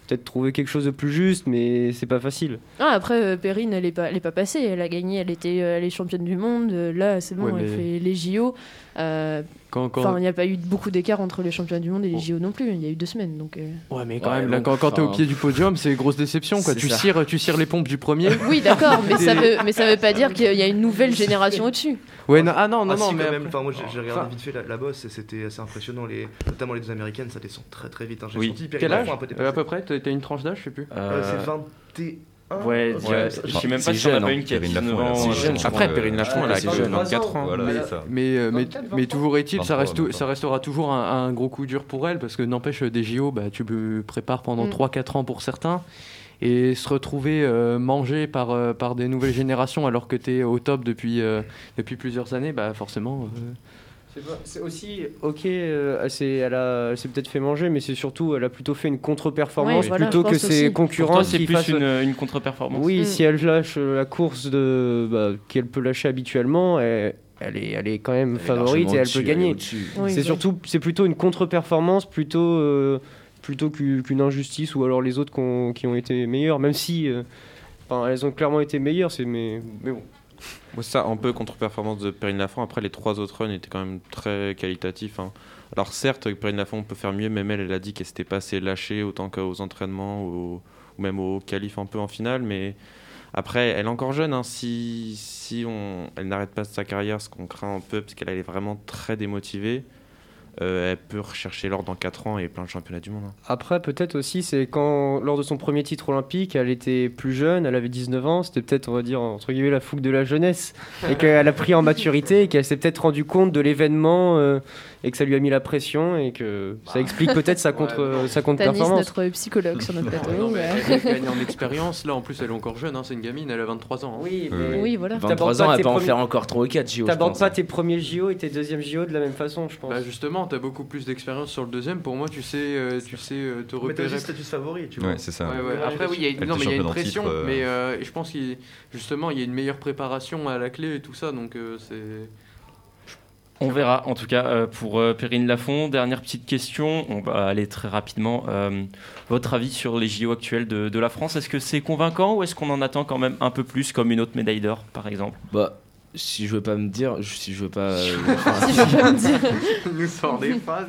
Speaker 2: peut-être trouver quelque chose de plus juste, mais c'est pas facile.
Speaker 12: Ah, après, euh, Perrine, elle n'est pas, elle est pas passée. Elle a gagné. Elle était, euh, elle est championne du monde. euh, Là, c'est bon,
Speaker 13: Ouais,
Speaker 12: elle
Speaker 13: mais-
Speaker 12: fait les JO. Euh,
Speaker 13: Quand, quand-
Speaker 12: Enfin, il n'y a pas eu beaucoup d'écart entre les championnats du monde et les JO non plus. Il y a eu deux semaines, donc. euh.
Speaker 13: Ouais, mais quand
Speaker 7: Ouais,
Speaker 13: même, là,
Speaker 7: donc,
Speaker 13: quand, quand t'es au
Speaker 7: enfin,
Speaker 13: pied du podium, c'est grosse déception. Quoi.
Speaker 7: c'est
Speaker 13: Tu,
Speaker 7: ça.
Speaker 13: cires, tu cires les pompes du premier.
Speaker 12: Oui, d'accord, mais ça
Speaker 13: Des-
Speaker 12: veut, mais ça veut pas dire qu'il y a une nouvelle génération au-dessus.
Speaker 13: Ouais, non- ah non, non,
Speaker 10: Ah,
Speaker 13: non,
Speaker 10: si,
Speaker 13: mais.
Speaker 10: quand
Speaker 13: après-
Speaker 10: même. Enfin, moi, j'ai j'ai regardé
Speaker 13: Enfin,
Speaker 10: vite fait la, la bosse et c'était assez impressionnant. Les, notamment les deux américaines, ça descend très très vite. hein. J'ai
Speaker 13: oui.
Speaker 10: senti Perrine
Speaker 13: Quel âge
Speaker 10: Lafont un peu dépassée.
Speaker 13: Euh, À peu près T'as t'as une tranche d'âge, je sais plus.
Speaker 10: Euh, C'est 21.
Speaker 3: Ouais,
Speaker 10: Ok.
Speaker 3: ouais, je sais même
Speaker 8: c'est
Speaker 3: pas si on a
Speaker 8: jeune,
Speaker 3: pas
Speaker 8: hein,
Speaker 3: une qui a
Speaker 8: Perrine
Speaker 3: 19
Speaker 8: Lafont, elle a
Speaker 3: ans.
Speaker 8: six jeunes, je
Speaker 3: Après,
Speaker 8: crois,
Speaker 3: Perrine
Speaker 8: euh,
Speaker 3: Lafont, elle a
Speaker 8: c'est
Speaker 3: quand
Speaker 8: jeune,
Speaker 3: même
Speaker 8: hein.
Speaker 3: 24 ans.
Speaker 8: Voilà,
Speaker 13: mais,
Speaker 8: c'est ça.
Speaker 13: mais, euh, mais- mais toujours est-il, ça,
Speaker 8: 23,
Speaker 13: reste, tou-
Speaker 8: 23.
Speaker 13: ça restera toujours un, un gros coup dur pour elle, parce que n'empêche, euh, des JO, bah, tu peux- prépares pendant
Speaker 12: Mm.
Speaker 13: 3-4 ans pour certains, et se retrouver euh, mangé par, euh, par des nouvelles générations alors que tu es au top depuis, euh, depuis plusieurs années, bah, forcément. euh,
Speaker 2: C'est pas- C'est aussi, ok, euh, elle s'est elle a- elle s'est peut-être fait manger, mais c'est surtout, elle a plutôt fait une contre-performance
Speaker 12: Ouais, voilà,
Speaker 2: plutôt
Speaker 12: je
Speaker 2: que
Speaker 12: pense aussi.
Speaker 2: ses
Speaker 3: Pour toi,
Speaker 2: concurrents
Speaker 3: c'est
Speaker 2: qui
Speaker 3: plus
Speaker 2: fassent...
Speaker 3: une, une contre-performance.
Speaker 2: Oui,
Speaker 12: Mm.
Speaker 2: si elle lâche euh, la course de bah, qu'elle peut lâcher habituellement, elle, elle est, elle est quand même
Speaker 7: est
Speaker 2: favorite
Speaker 7: largement
Speaker 2: et elle peut
Speaker 7: au-dessus,
Speaker 2: gagner.
Speaker 7: elle est au-dessus.
Speaker 12: Oui,
Speaker 2: c'est
Speaker 12: oui.
Speaker 2: surtout, c'est plutôt une contre-performance plutôt euh, plutôt qu'u- qu'une injustice ou alors les autres qu'on- qui ont été meilleurs, même si euh, enfin, elles ont clairement été meilleures. C'est mais, mais bon.
Speaker 8: Bon, ça, un peu contre-performance de Perrine Lafont. Après, les trois autres runs étaient quand même très qualitatifs. hein. Alors, certes, Perrine Lafont peut faire mieux, même elle, elle a dit qu'elle s'était pas assez lâchée autant qu'aux entraînements au- ou même au qualif un peu en finale. Mais après, elle est encore jeune. hein. Si, si on, elle n'arrête pas sa carrière, ce qu'on craint un peu, parce qu'elle elle est vraiment très démotivée, euh, elle peut rechercher l'or dans 4 ans et plein de championnats du monde. hein.
Speaker 2: Après, peut-être aussi, c'est quand lors de son premier titre olympique, elle était plus jeune, elle avait 19 ans, c'était peut-être, on va dire, entre guillemets, la fougue de la jeunesse, et qu'elle a pris en maturité, et qu'elle s'est peut-être rendue compte de l'événement, euh, et que ça lui a mis la pression, et que ça explique peut-être sa contre, sa
Speaker 12: Tanis,
Speaker 2: contre-performance.
Speaker 12: notre psychologue sur notre plateau.
Speaker 13: non, mais
Speaker 12: ouais.
Speaker 13: elle vient de gagner en expérience, là en plus elle est encore jeune, hein, c'est une gamine, elle a 23 ans. hein.
Speaker 2: Oui,
Speaker 9: Euh,
Speaker 7: mais-
Speaker 12: Oui, voilà.
Speaker 7: 23 ans, elle peut en faire encore 3 ou 4 JO. je
Speaker 2: T'abordes
Speaker 7: pense.
Speaker 2: pas tes premiers JO et tes deuxièmes JO de la même façon, je pense.
Speaker 13: Bah justement, t'as beaucoup plus d'expérience sur le deuxième. Pour moi, tu sais, euh, tu sais euh, te
Speaker 10: Mais t'as
Speaker 13: repérer.
Speaker 10: juste statut de favori, tu vois.
Speaker 9: Ouais, c'est ça.
Speaker 13: Ouais, ouais. Après, oui, il y a une,
Speaker 9: Elle
Speaker 13: non,
Speaker 9: était
Speaker 13: mais il y a une
Speaker 9: championne en
Speaker 13: pression,
Speaker 9: titre, euh.
Speaker 13: mais euh, je pense qu'il justement il y a une meilleure préparation à la clé et tout ça, donc euh, c'est.
Speaker 3: On verra, en tout cas, euh, pour euh, Perrine Lafont. Dernière petite question, on va aller très rapidement. Euh, votre avis sur les JO actuels de, de la France, est-ce que c'est convaincant ou est-ce qu'on en attend quand même un peu plus, comme une autre médaille d'or, par exemple
Speaker 7: Bah, si je veux pas me dire, je- si je veux pas. euh,
Speaker 12: Si je peux me dire.
Speaker 13: Il nous sort des phrases.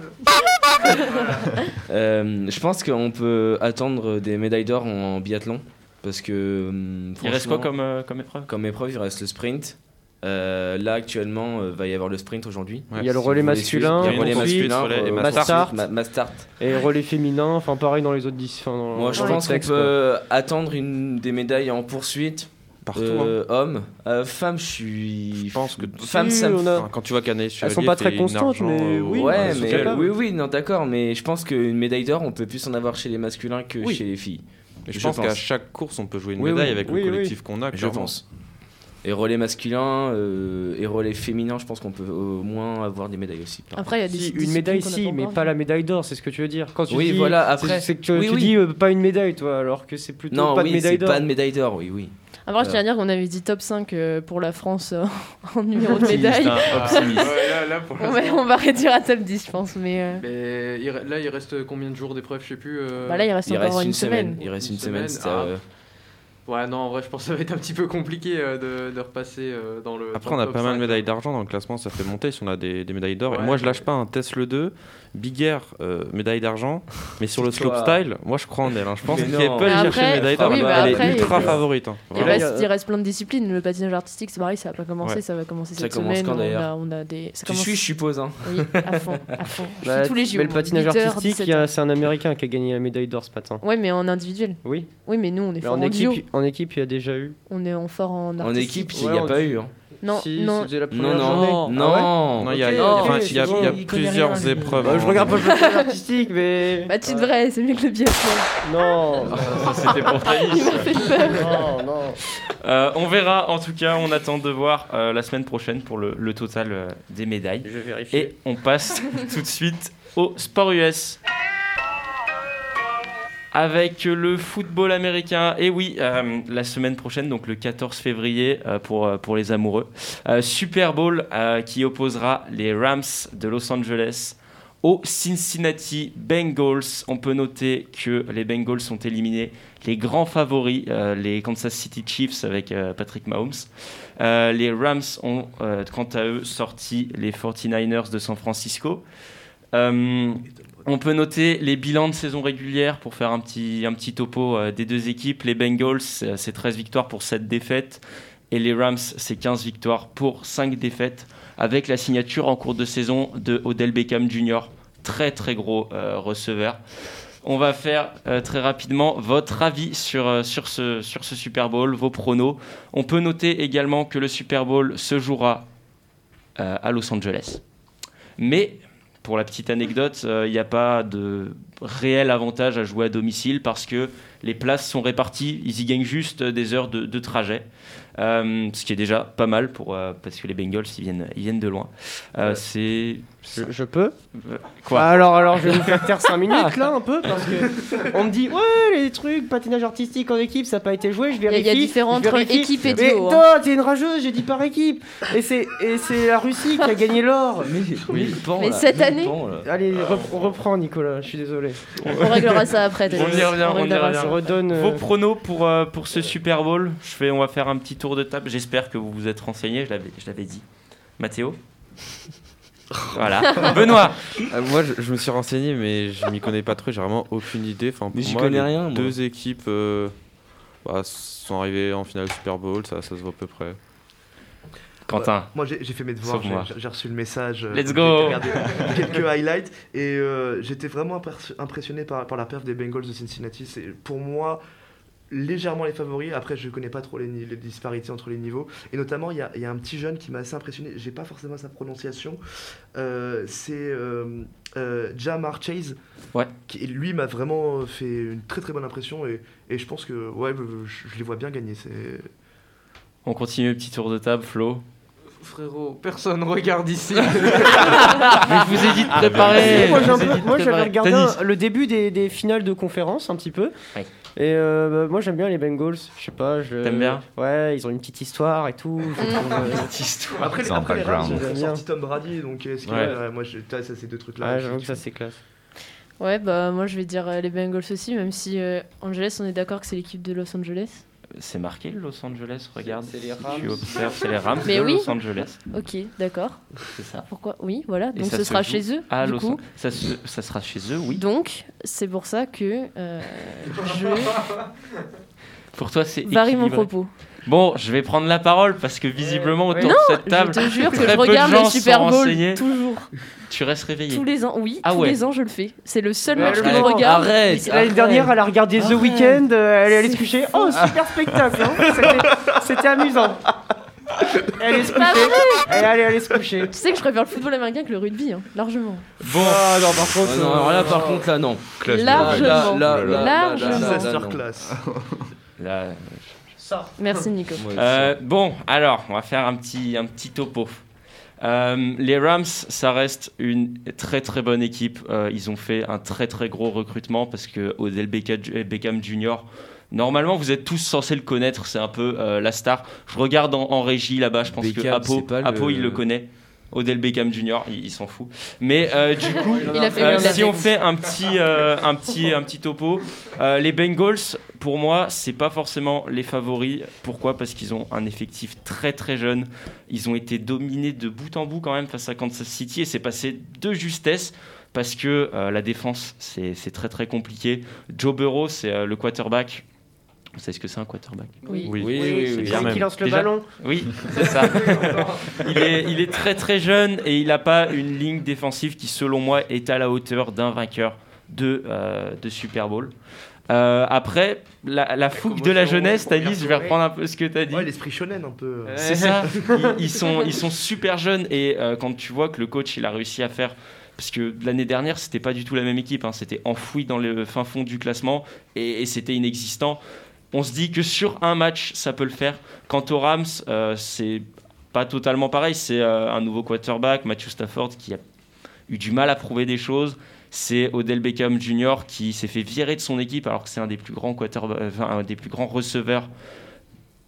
Speaker 7: Euh, je pense qu'on peut attendre des médailles d'or en biathlon parce que. hum,
Speaker 3: Il reste quoi
Speaker 7: franchement,
Speaker 3: comme, euh, comme épreuve
Speaker 7: comme épreuve Il reste le sprint. Euh, là actuellement, euh, va y avoir le sprint aujourd'hui.
Speaker 2: Il y a le relais
Speaker 7: vous voulez
Speaker 2: masculin,
Speaker 7: suivre, il y a le relais
Speaker 2: ensuite,
Speaker 7: masculin,
Speaker 2: relais-
Speaker 7: euh,
Speaker 2: et
Speaker 7: ma-
Speaker 2: mass start.
Speaker 7: ma- mass start.
Speaker 2: Et relais féminin, enfin pareil dans les autres 10. enfin, dans-
Speaker 7: Moi, je
Speaker 2: dans les
Speaker 7: pense qu'on
Speaker 2: sexes, quoi.
Speaker 7: peut euh, attendre une des médailles en poursuite.
Speaker 8: Partout, hein.
Speaker 7: Euh, Homme, Euh, femme, je suis. Je pense que femme,
Speaker 2: Si,
Speaker 7: ça me
Speaker 2: on a-
Speaker 8: Enfin, Quand tu vois qu'Anaïs
Speaker 2: Elles
Speaker 8: Chevalier
Speaker 2: sont pas
Speaker 8: fait
Speaker 2: très
Speaker 8: une
Speaker 2: constantes,
Speaker 8: argent,
Speaker 2: mais
Speaker 8: euh,
Speaker 2: oui,
Speaker 8: au-
Speaker 7: ouais,
Speaker 8: au-
Speaker 7: mais
Speaker 8: Sokal.
Speaker 7: oui, oui, non, d'accord, mais je pense qu'une médaille d'or, on peut plus en avoir chez les masculins que
Speaker 8: Oui.
Speaker 7: chez les filles.
Speaker 8: Mais je, pense, qu'à chaque course, on peut jouer une
Speaker 7: Oui,
Speaker 8: médaille
Speaker 7: oui.
Speaker 8: avec
Speaker 7: Oui,
Speaker 8: le
Speaker 7: oui.
Speaker 8: collectif qu'on a.
Speaker 7: Je
Speaker 8: clairement.
Speaker 7: pense. Et relais masculin euh, et relais féminin, je pense qu'on peut au moins avoir des médailles aussi.
Speaker 12: Après, il y a des
Speaker 2: Si, une
Speaker 12: disciplines
Speaker 2: médaille,
Speaker 12: qu'on a
Speaker 2: si,
Speaker 12: pas hein.
Speaker 2: mais
Speaker 12: encore.
Speaker 2: pas la médaille d'or, c'est ce que tu veux dire. Quand tu
Speaker 7: Oui,
Speaker 2: dis,
Speaker 7: voilà,
Speaker 2: c'est-
Speaker 7: après-
Speaker 2: c'est que
Speaker 7: oui,
Speaker 2: tu
Speaker 7: oui.
Speaker 2: dis euh, pas une médaille, toi, alors que c'est plutôt
Speaker 7: non,
Speaker 2: pas,
Speaker 7: oui,
Speaker 2: de médaille
Speaker 7: c'est
Speaker 2: d'or.
Speaker 7: pas de médaille d'or, oui, Euh, oui.
Speaker 12: Après, je tiens à
Speaker 7: Voilà.
Speaker 12: dire qu'on avait dit top 5 euh, pour la France euh, en numéro de médaille.
Speaker 13: hein.
Speaker 2: hein,
Speaker 13: Ouais, là, là, pour
Speaker 12: on, va,
Speaker 13: l'instant-
Speaker 12: on va réduire à top 10, je pense. Mais euh,
Speaker 13: Mais il re- là, il reste combien de jours d'épreuve Je sais plus. euh,
Speaker 12: Bah là, il reste Il encore reste une une semaine. semaine.
Speaker 7: Il reste une semaine, c'est,
Speaker 13: ah.
Speaker 7: euh,
Speaker 13: Ouais, non, en vrai, je pense que ça va être un petit peu compliqué euh, de, de repasser euh, dans le.
Speaker 8: Après,
Speaker 13: dans
Speaker 8: on
Speaker 13: le
Speaker 8: a
Speaker 13: top
Speaker 8: pas mal de
Speaker 13: 5.
Speaker 8: médailles d'argent dans le classement, ça fait monter si on a des, des médailles d'or.
Speaker 13: Ouais,
Speaker 8: et moi, je lâche pas un Tesla 2, Big Air, euh, médaille d'argent. Mais sur le
Speaker 13: Toi.
Speaker 8: slopestyle, moi, je crois en elle. hein. Je pense
Speaker 13: Mais
Speaker 8: qu'elle peut
Speaker 13: non.
Speaker 8: aller
Speaker 12: Mais
Speaker 8: chercher une
Speaker 12: après-
Speaker 8: médaille d'or.
Speaker 12: oui,
Speaker 8: Elle
Speaker 12: bah
Speaker 8: est
Speaker 12: après,
Speaker 8: ultra
Speaker 12: il-
Speaker 8: favorite. hein.
Speaker 12: il,
Speaker 8: Vraiment.
Speaker 12: reste, il reste plein de disciplines. Le patinage artistique, c'est pareil, ça va pas commencer.
Speaker 8: Ouais.
Speaker 12: Ça va commencer
Speaker 7: Ça
Speaker 12: cette
Speaker 7: commence
Speaker 12: semaine.
Speaker 7: quand,
Speaker 12: on
Speaker 7: d'ailleurs
Speaker 12: a- on a des- ça
Speaker 7: Tu
Speaker 12: commence-
Speaker 7: suis, je suppose, hein.
Speaker 12: Oui, à fond, à fond. Je
Speaker 2: Bah,
Speaker 12: suis tous les jours.
Speaker 2: Mais le patinage artistique, il y a- c'est un Américain qui a gagné la médaille d'or ce matin.
Speaker 12: Ouais, mais en individuel.
Speaker 2: Oui.
Speaker 12: Oui, mais nous, on est
Speaker 2: Mais
Speaker 12: fort en,
Speaker 2: en,
Speaker 12: duo.
Speaker 2: équipe, en équipe, il y a déjà eu.
Speaker 12: On est en fort en
Speaker 7: En
Speaker 12: artistique.
Speaker 7: équipe, il n'y a
Speaker 2: on
Speaker 7: pas
Speaker 2: dit-
Speaker 7: eu. hein.
Speaker 12: Non,
Speaker 2: Si,
Speaker 12: non.
Speaker 2: c'était la
Speaker 7: Non,
Speaker 2: première journée.
Speaker 7: non,
Speaker 2: Ah
Speaker 7: non.
Speaker 2: ouais
Speaker 8: Non, il y a- il y a- enfin, il y a- il y a plusieurs épreuves. hein.
Speaker 2: Bah, je regarde pas le
Speaker 8: Ouais.
Speaker 2: patinage artistique, mais.
Speaker 12: Bah, tu devrais, c'est mieux que le biathlon.
Speaker 2: Non
Speaker 8: C'était pour Thaïs.
Speaker 12: Il m'a fait peur.
Speaker 2: Non, non.
Speaker 3: Euh, on verra, en tout cas, on attend de voir euh, la semaine prochaine pour le, le total euh, des médailles.
Speaker 2: Je vérifie.
Speaker 3: Et on passe tout de suite au sport US. Avec le football américain, et oui, euh, la semaine prochaine, donc le 14 février euh, pour, euh, pour les amoureux, euh, Super Bowl euh, qui opposera les Rams de Los Angeles aux Cincinnati Bengals. On peut noter que les Bengals sont éliminés les grands favoris, euh, les Kansas City Chiefs avec euh, Patrick Mahomes. Euh, les Rams ont, euh, quant à eux, sorti les 49ers de San Francisco. Euh, on peut noter les bilans de saison régulière pour faire un petit, un petit topo euh, des deux équipes. Les Bengals, euh, c'est 13 victoires pour 7 défaites. Et les Rams, c'est 15 victoires pour 5 défaites. Avec la signature en cours de saison de Odell Beckham Jr., très très gros euh, receveur. On va faire euh, très rapidement votre avis sur, euh, sur, ce, sur ce Super Bowl, vos pronos. On peut noter également que le Super Bowl se jouera euh, à Los Angeles. Mais pour la petite anecdote, euh, il n'y a pas de réel avantage à jouer à domicile parce que les places sont réparties. Ils y gagnent juste euh, des heures de, de trajet. Euh, ce qui est déjà pas mal pour, euh, parce que les Bengals ils viennent, ils viennent de loin. Euh, c'est.
Speaker 2: Je, je peux Ah,
Speaker 3: Euh, Quoi
Speaker 2: Bah, alors, alors, je vais me faire taire 5 minutes là un peu parce que on me dit ouais les trucs patinage artistique en équipe ça n'a pas été joué je vérifie.
Speaker 12: y a différents
Speaker 2: je
Speaker 12: entre
Speaker 2: vérifie.
Speaker 12: équipe et
Speaker 2: Mais
Speaker 12: duo, hein.
Speaker 2: toi t'es une rageuse j'ai dit par équipe et c'est et c'est la Russie qui a gagné l'or.
Speaker 7: Mais,
Speaker 12: Mais là, cette mille année-
Speaker 2: Allez rep- reprends Nicolas je suis désolé.
Speaker 12: On réglera ça après.
Speaker 3: On y
Speaker 12: t'inquiète.
Speaker 3: revient, on y
Speaker 12: réglera
Speaker 3: revient.
Speaker 12: ça.
Speaker 2: euh,
Speaker 3: Vos pronos pour, euh, pour ce Super Bowl je fais, On va faire un petit tour de table. J'espère que vous vous êtes renseigné, je l'avais je l'avais dit. Mathéo Voilà. Benoît
Speaker 8: Euh, Moi, je, je me suis renseigné, mais je m'y connais pas trop. J'ai vraiment aucune idée. Enfin, pour
Speaker 7: Mais j'y
Speaker 8: moi,
Speaker 7: connais
Speaker 8: les
Speaker 7: rien, moi.
Speaker 8: Deux équipes euh, bah, sont arrivées en finale Super Bowl. Ça, ça se voit à peu près.
Speaker 3: Quentin.
Speaker 10: Moi, j'ai j'ai fait mes devoirs,
Speaker 8: Sauve-moi.
Speaker 10: j'ai- j'ai reçu le message. euh,
Speaker 3: Let's
Speaker 10: j'ai
Speaker 3: go.
Speaker 10: regardé Quelques highlights, et euh, j'étais vraiment imperso- impressionné par, par la perf des Bengals de Cincinnati. C'est pour moi légèrement les favoris. Après, je connais pas trop les, ni- les disparités entre les niveaux. Et notamment, il y a, il y a un petit jeune qui m'a assez impressionné. J'ai pas forcément sa prononciation. Euh, C'est euh, euh, Jamar Chase.
Speaker 3: Ouais.
Speaker 10: Qui, lui m'a vraiment fait une très très bonne impression. Et, et je pense que ouais, je, je les vois bien gagner. C'est.
Speaker 3: On continue le petit tour de table, Flo.
Speaker 13: Frérot, personne regarde ici.
Speaker 3: Mais je vous ai
Speaker 2: bah,
Speaker 3: dit de préparer.
Speaker 2: Ah, Moi, j'ai un
Speaker 3: Je vous ai
Speaker 2: peu-
Speaker 3: dit de
Speaker 2: moi, j'avais
Speaker 3: préparer.
Speaker 2: regardé
Speaker 3: Tanis.
Speaker 2: un- le début des, des finales de conférence un petit peu.
Speaker 3: Ouais.
Speaker 2: Et euh, bah, moi j'aime bien les Bengals, je sais pas. Je...
Speaker 3: T'aimes bien
Speaker 2: Ouais, ils ont une petite histoire et tout. je
Speaker 12: Mm.
Speaker 2: trouve, euh,
Speaker 10: Mm. Après, les,
Speaker 2: C'est un
Speaker 10: après les Rams,
Speaker 2: background.
Speaker 10: ils ont
Speaker 2: Bien.
Speaker 10: sorti Tom Brady, donc est-ce que
Speaker 2: Ouais.
Speaker 10: ouais, moi, je, t'as- ça, c'est deux trucs-là.
Speaker 2: Ouais, j'avoue que ça c'est classe.
Speaker 12: Ouais, bah moi je vais dire euh, les Bengals aussi, même si euh, Angeles, on est d'accord que c'est l'équipe de Los Angeles.
Speaker 3: C'est marqué Los Angeles, regarde.
Speaker 2: C'est les
Speaker 3: si
Speaker 2: Rams.
Speaker 3: Tu observes, c'est les Rams
Speaker 12: Mais
Speaker 3: de
Speaker 12: oui.
Speaker 3: Los Angeles.
Speaker 12: Ok, d'accord.
Speaker 3: C'est ça.
Speaker 12: Pourquoi Oui, voilà.
Speaker 3: Et
Speaker 12: Ah, Donc
Speaker 3: ça
Speaker 12: ce
Speaker 3: se
Speaker 12: sera
Speaker 3: joue
Speaker 12: chez eux.
Speaker 3: à
Speaker 12: du
Speaker 3: Los
Speaker 12: coup.
Speaker 3: Angeles. Ça, se- ça sera chez eux, oui.
Speaker 12: Donc c'est pour ça que euh, je.
Speaker 3: Pour toi, c'est
Speaker 12: Varie mon
Speaker 3: équilibré.
Speaker 12: propos.
Speaker 3: Bon, je vais prendre la parole parce que visiblement autour de
Speaker 12: Non,
Speaker 3: cette table,
Speaker 12: je te jure que
Speaker 3: très
Speaker 12: je
Speaker 3: peu de
Speaker 12: regarde
Speaker 3: gens
Speaker 12: le
Speaker 3: sont
Speaker 12: Super Bowl
Speaker 3: renseignés.
Speaker 12: toujours.
Speaker 3: Tu restes réveillé.
Speaker 12: Tous les ans, oui,
Speaker 3: Ah
Speaker 12: tous
Speaker 3: ouais.
Speaker 12: les ans je le fais. C'est le seul
Speaker 3: Mais
Speaker 12: match que je
Speaker 3: arrête,
Speaker 12: regarde.
Speaker 3: arrête,
Speaker 2: L'année dernière, elle a regardé The
Speaker 12: Arrête.
Speaker 2: Weeknd, euh, elle est allée se
Speaker 12: C'est
Speaker 2: coucher.
Speaker 12: fou.
Speaker 2: Oh, super spectacle! hein. C'était- C'était amusant. Elle est se
Speaker 12: C'est pas
Speaker 2: coucher.
Speaker 12: vrai.
Speaker 2: Elle est allée- elle est se coucher.
Speaker 12: Tu sais que je préfère le football américain que le rugby, hein, largement.
Speaker 7: Bon. Ah non, par contre. non, alors là, par contre, là, non.
Speaker 12: Clash de Largement. rivaux. Largement.
Speaker 7: là, là, non.
Speaker 10: Masterclass.
Speaker 3: Là,
Speaker 2: Ça.
Speaker 12: Merci Nico.
Speaker 3: Euh, bon, alors, on va faire un petit, un petit topo. Euh, les Rams, ça reste une très très bonne équipe. Euh, ils ont fait un très très gros recrutement parce que Odell Beckham Jr. Normalement, vous êtes tous censés le connaître. C'est un peu euh, la star. Je regarde en, en régie là-bas. Je pense
Speaker 7: Beckham,
Speaker 3: que Apo,
Speaker 7: c'est pas le-
Speaker 3: Apo, il le connaît. Odell Beckham Jr. Il, il s'en fout. Mais euh, du coup,
Speaker 12: Il a fait
Speaker 3: euh,
Speaker 12: le-
Speaker 3: si
Speaker 12: la
Speaker 3: on
Speaker 12: tête.
Speaker 3: fait un petit, euh, un petit, un petit topo, euh, les Bengals, pour moi, c'est pas forcément les favoris. Pourquoi Parce qu'ils ont un effectif très très jeune. Ils ont été dominés de bout en bout quand même face à Kansas City et c'est passé de justesse. Parce que euh, la défense, c'est c'est très très compliqué. Joe Burrow, c'est euh, le quarterback. Vous savez ce que c'est un quarterback
Speaker 2: Oui.
Speaker 3: oui,
Speaker 2: Oui,
Speaker 3: oui,
Speaker 2: oui,
Speaker 3: c'est
Speaker 2: oui.
Speaker 3: bien
Speaker 2: Celui
Speaker 3: même.
Speaker 2: qui lance le
Speaker 3: Déjà-
Speaker 2: ballon.
Speaker 3: Oui, c'est ça. il, est, il est très très jeune et il n'a pas une ligne défensive qui, selon moi, est à la hauteur d'un vainqueur de, euh, de Super Bowl. Euh, après, la, la fougue de la jeunesse, Thalys, je vais reprendre un peu ce que tu as dit.
Speaker 10: Ouais, l'esprit shonen un peu. euh.
Speaker 3: C'est ça. Ils, ils sont, ils sont super jeunes et euh, quand tu vois que le coach il a réussi à faire parce que l'année dernière c'était pas du tout la même équipe, hein. c'était enfoui dans le fin fond du classement et, et c'était inexistant. On se dit que sur un match ça peut le faire. Quant aux Rams, euh, c'est pas totalement pareil. C'est euh, un nouveau quarterback, Matthew Stafford, qui a eu du mal à prouver des choses. C'est Odell Beckham Jr. qui s'est fait virer de son équipe alors que c'est un des plus grands quarter, euh, enfin, un des plus grands receveurs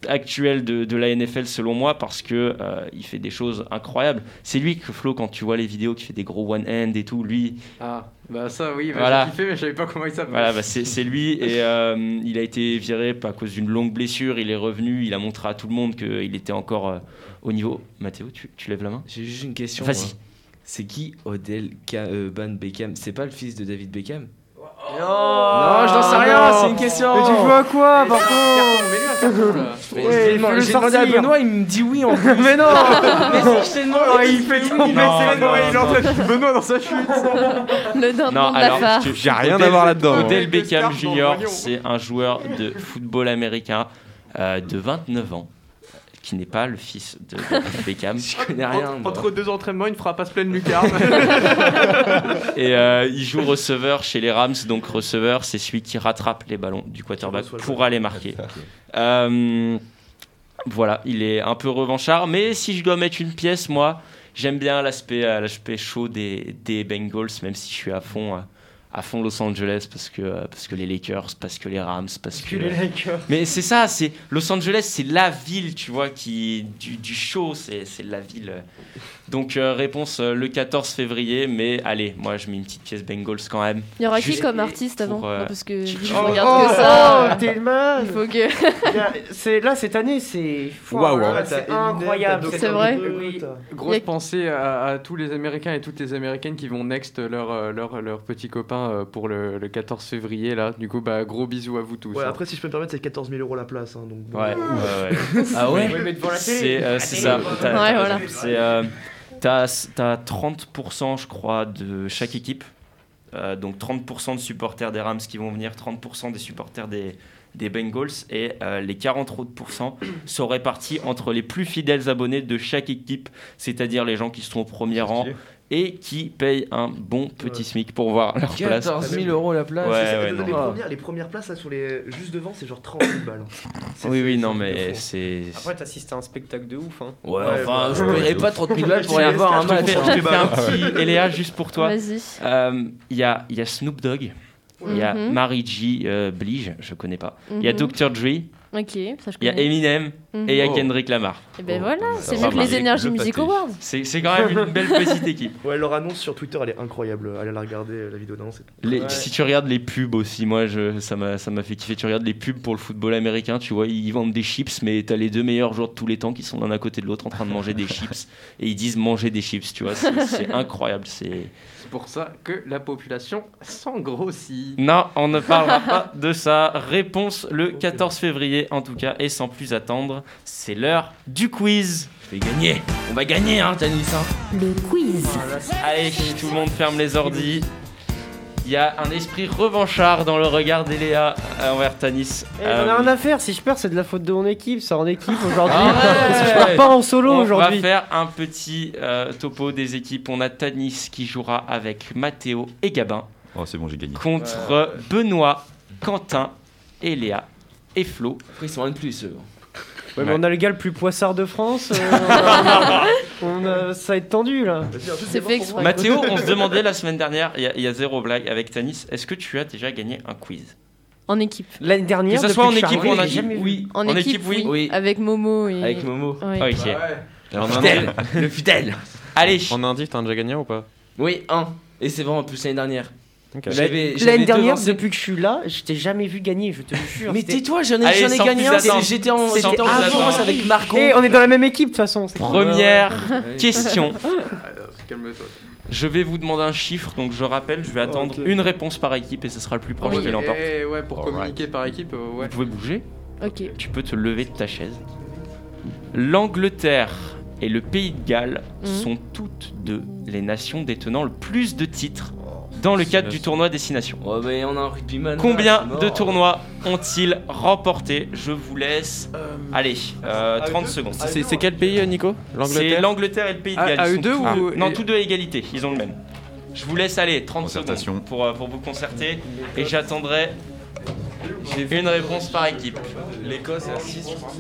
Speaker 3: actuels de, de la NFL selon moi parce que euh, il fait des choses incroyables. C'est lui que Flo quand tu vois les vidéos qui fait des gros one hand et tout, lui
Speaker 13: Ah, bah ça oui, bah,
Speaker 3: Voilà.
Speaker 13: j'ai kiffé, mais je savais pas comment il s'appelle.
Speaker 3: voilà, bah, c'est c'est lui et euh, il a été viré à cause d'une longue blessure. Il est revenu, il a montré à tout le monde qu'il était encore euh, au niveau. Mathéo, tu, tu lèves la main
Speaker 7: J'ai juste une question.
Speaker 3: Vas-y.
Speaker 7: moi. C'est qui Odell Ka- euh, Ban Beckham C'est pas le fils de David Beckham
Speaker 13: Non, je n'en
Speaker 11: Ah,
Speaker 13: sais rien, c'est une question.
Speaker 7: Mais tu joues à quoi, par
Speaker 13: Mais je l'ai demandé-
Speaker 7: je
Speaker 13: j'ai
Speaker 7: l'ai demandé à
Speaker 11: hein.
Speaker 13: sortir.
Speaker 7: Benoît, il me dit oui en plus.
Speaker 13: Mais non
Speaker 7: Mais si, je t'ai demandé.
Speaker 13: il fait tout, il met
Speaker 7: Non,
Speaker 13: ses
Speaker 7: non,
Speaker 13: doigts et il
Speaker 7: non.
Speaker 13: entraîne Benoît dans sa chute.
Speaker 12: Le dindon de la farce.
Speaker 3: tu-
Speaker 8: J'ai rien
Speaker 3: Odell-
Speaker 8: à voir là-dedans.
Speaker 3: Odell
Speaker 8: Hein.
Speaker 3: Beckham Jr., c'est un joueur de football américain euh, de 29 ans euh, qui n'est pas le fils de David Beckham. Je connais
Speaker 13: Entre- Entre deux entraînements, une frappe à se pleine lucarne.
Speaker 3: Et euh, il joue receveur chez les Rams, donc receveur, c'est celui qui rattrape les ballons du quarterback pour aller marquer. Euh, voilà, il est un peu revanchard, mais si je dois mettre une pièce, moi, j'aime bien l'aspect euh, l'aspect chaud des, des Bengals, même si je suis à fond. euh, à fond Los Angeles parce que, euh, parce que les Lakers, parce que les Rams, parce que...
Speaker 2: les Lakers.
Speaker 3: Mais c'est ça, c'est Los Angeles, c'est la ville, tu vois, qui du, du show, c'est c'est la ville. euh. Donc euh, réponse euh, le 14 février, mais allez, moi je mets une petite pièce Bengals quand même.
Speaker 12: Il y aura qui
Speaker 3: Juste
Speaker 12: comme artiste avant
Speaker 3: pour, euh,
Speaker 12: Non, Parce que je
Speaker 3: Oh,
Speaker 12: regarde
Speaker 2: oh,
Speaker 12: que ça.
Speaker 2: oh, t'es le man.
Speaker 12: Il faut que.
Speaker 2: C'est- Là, cette année, c'est.
Speaker 8: Waouh,
Speaker 2: Là,
Speaker 8: hein.
Speaker 2: C'est
Speaker 10: T'as Eminem,
Speaker 2: incroyable.
Speaker 10: t'as
Speaker 12: C'est vrai.
Speaker 2: Oui.
Speaker 12: Y
Speaker 13: Grosse
Speaker 12: a-
Speaker 13: pensée à, à tous les Américains et toutes les Américaines qui vont next leur, euh, leur, leur petit copain euh, pour le, le 14 février. là. Du coup, bah, gros bisous à vous tous.
Speaker 10: Ouais,
Speaker 13: hein.
Speaker 10: après, si je peux me permettre, c'est 14 000 euros la place. hein, donc bon.
Speaker 3: Ouais, ouais, ouais.
Speaker 7: Ah ouais
Speaker 2: mais devant la télé.
Speaker 3: C'est euh,
Speaker 2: La
Speaker 10: Ah,
Speaker 3: c'est
Speaker 2: télé.
Speaker 3: ça. T'as-
Speaker 12: Ouais,
Speaker 3: t'as-
Speaker 12: voilà.
Speaker 3: c'est, euh, T'as t'as 30%, je crois, de chaque équipe. Euh, donc 30% de supporters des Rams qui vont venir, 30% des supporters des, des Bengals et euh, les 40 autres pourcents sont répartis entre les plus fidèles abonnés de chaque équipe, c'est-à-dire les gens qui sont au premier rang et qui payent un bon petit SMIC pour voir leur place.
Speaker 7: 14 000 euros la place.
Speaker 3: Ouais,
Speaker 10: C'est-
Speaker 3: ouais,
Speaker 10: les,
Speaker 3: non.
Speaker 10: premières, les premières places là, sur les... juste devant, c'est genre 30 000 balles. C'est-
Speaker 3: Oui,
Speaker 10: c'est-
Speaker 3: oui,
Speaker 10: c'est
Speaker 3: non,
Speaker 10: de
Speaker 3: mais
Speaker 10: fou.
Speaker 3: c'est.
Speaker 2: Après, t'assistes à un spectacle de ouf. Hein.
Speaker 3: Ouais,
Speaker 7: Ouais,
Speaker 3: enfin,
Speaker 7: ouais,
Speaker 3: je
Speaker 7: ouais,
Speaker 3: paierais
Speaker 7: de
Speaker 3: pas
Speaker 7: ouf.
Speaker 3: 30 000 balles pour
Speaker 10: Je
Speaker 3: aller voir un
Speaker 10: te laisse,
Speaker 3: match. hein.
Speaker 10: je te
Speaker 3: Je te fais
Speaker 10: laisse.
Speaker 3: un petit LA juste pour toi.
Speaker 12: Vas-y.
Speaker 3: Euh, Il y, a, il y a Snoop Dogg, il y a
Speaker 12: Mhm.
Speaker 3: Mary G. euh, Blige, je connais pas. Il y a
Speaker 12: Mhm.
Speaker 3: Dr. Dre,
Speaker 12: Ok, ça je
Speaker 3: il y a
Speaker 12: connais.
Speaker 3: Eminem
Speaker 12: Mhm.
Speaker 3: et il y a
Speaker 12: Oh.
Speaker 3: Kendrick Lamar.
Speaker 12: Et ben voilà, c'est mieux
Speaker 3: va
Speaker 12: que les
Speaker 3: marquer
Speaker 12: Energy
Speaker 3: le
Speaker 12: Music
Speaker 3: pâté.
Speaker 12: Awards.
Speaker 3: C'est c'est quand même une belle petite équipe.
Speaker 10: Ouais, leur annonce sur Twitter, elle est incroyable. Allez la regarder, euh, la vidéo d'annonce. c'est-
Speaker 3: Les- Si tu regardes les pubs aussi, moi je, ça m'a ça m'a fait kiffer. Tu regardes les pubs pour le football américain, tu vois, ils vendent des chips, mais t'as les deux meilleurs joueurs de tous les temps qui sont l'un à côté de l'autre en train de manger des chips. Et ils disent manger des chips, tu vois, c'est c'est incroyable. C'est.
Speaker 13: C'est pour ça que la population s'engrossit.
Speaker 3: Non, on ne parlera pas de ça. Réponse le 14 février en tout cas. Et sans plus attendre, c'est l'heure du quiz. Je vais gagner. On va gagner, hein, Tanis. hein.
Speaker 17: Le quiz.
Speaker 3: Allez, tout le monde ferme les ordis. Il y a un esprit revanchard dans le regard d'Eléa euh, envers Tanis.
Speaker 2: Eh,
Speaker 3: Euh,
Speaker 2: J'en ai rien à faire. Si je perds, c'est de la faute de mon équipe. C'est en équipe aujourd'hui.
Speaker 3: Arrête
Speaker 2: Parce que je pars pas en solo
Speaker 3: Ah On va
Speaker 2: aujourd'hui.
Speaker 3: faire un petit euh, topo des équipes. On a Tanis qui jouera avec Mathéo et Gabin.
Speaker 9: Oh, c'est bon, j'ai gagné.
Speaker 3: contre Benoît, Quentin, et Léa et Flo.
Speaker 7: Après, ils sont un de plus, eux.
Speaker 2: Ouais, mais on a le gars le plus poissard de France. euh, on a- on a- ça va être tendu là.
Speaker 12: C'est fait exprès.
Speaker 3: Mathéo, on se demandait la semaine dernière, il y a- il y, a zéro blague avec Tanis, est-ce que tu as déjà gagné un quiz
Speaker 12: En équipe.
Speaker 2: L'année dernière,
Speaker 3: Que ça soit en
Speaker 2: depuis
Speaker 3: équipe
Speaker 2: Charlie,
Speaker 3: ou en
Speaker 2: j'ai
Speaker 3: équipe,
Speaker 2: jamais vu.
Speaker 3: oui.
Speaker 12: En,
Speaker 3: En
Speaker 12: équipe,
Speaker 3: équipe, oui.
Speaker 12: oui. Avec Momo et.
Speaker 3: Avec Momo.
Speaker 12: Oui. Ah
Speaker 3: Ok.
Speaker 7: Alors,
Speaker 3: Le
Speaker 7: fidèle.
Speaker 3: fidèle.
Speaker 7: Le fidèle.
Speaker 3: Allez.
Speaker 8: En indice, t'en as déjà gagné un ou pas
Speaker 7: Oui, un. Et c'est vraiment en plus l'année dernière. J'avais-
Speaker 2: L'année
Speaker 7: j'avais
Speaker 2: dernière,
Speaker 7: devancé-
Speaker 2: depuis que je suis là, je t'ai jamais vu gagner, je te le jure.
Speaker 7: Mais
Speaker 2: c'était-
Speaker 7: tais-toi, j'en ai, j'en ai gagné un. c'est- J'étais en,
Speaker 2: C'était
Speaker 7: j'étais en
Speaker 2: avant.
Speaker 7: concurrence avec Marco.
Speaker 2: Et on est dans la même équipe de toute façon. c'est-
Speaker 3: Première
Speaker 13: Ouais.
Speaker 3: question.
Speaker 13: Alors, calme-toi.
Speaker 3: Je vais vous demander un chiffre, donc je rappelle, je vais attendre
Speaker 13: Oh, Ok.
Speaker 3: une réponse par équipe et ce sera le plus proche
Speaker 13: Ouais,
Speaker 3: qui l'emporte.
Speaker 13: eh, ouais, pour communiquer par équipe, euh, ouais.
Speaker 3: Vous pouvez bouger
Speaker 12: Ok.
Speaker 3: Tu peux te lever de ta chaise. L'Angleterre et le Pays de Galles
Speaker 12: Mhm.
Speaker 3: sont toutes deux les nations détenant le plus de titres dans le cadre du tournoi Destination.
Speaker 7: Oh, mais on a un rugbyman. là,
Speaker 3: Combien
Speaker 7: c'est mort.
Speaker 3: de tournois ont-ils remporté Je vous laisse. Allez, euh, 30 secondes.
Speaker 8: C'est c'est quel pays, euh, Nico
Speaker 3: C'est
Speaker 8: L'Angleterre
Speaker 3: l'Angleterre et le Pays de
Speaker 8: À-
Speaker 3: Galles.
Speaker 8: à
Speaker 3: ils
Speaker 8: eux
Speaker 3: sont
Speaker 8: deux
Speaker 3: tous
Speaker 8: ou-
Speaker 3: Non,
Speaker 8: et-
Speaker 3: tous deux à égalité, ils ont le même. Je vous laisse aller, 30 secondes pour, euh, pour vous concerter. Et j'attendrai une réponse par équipe.
Speaker 8: L'Écosse est à 6, je crois.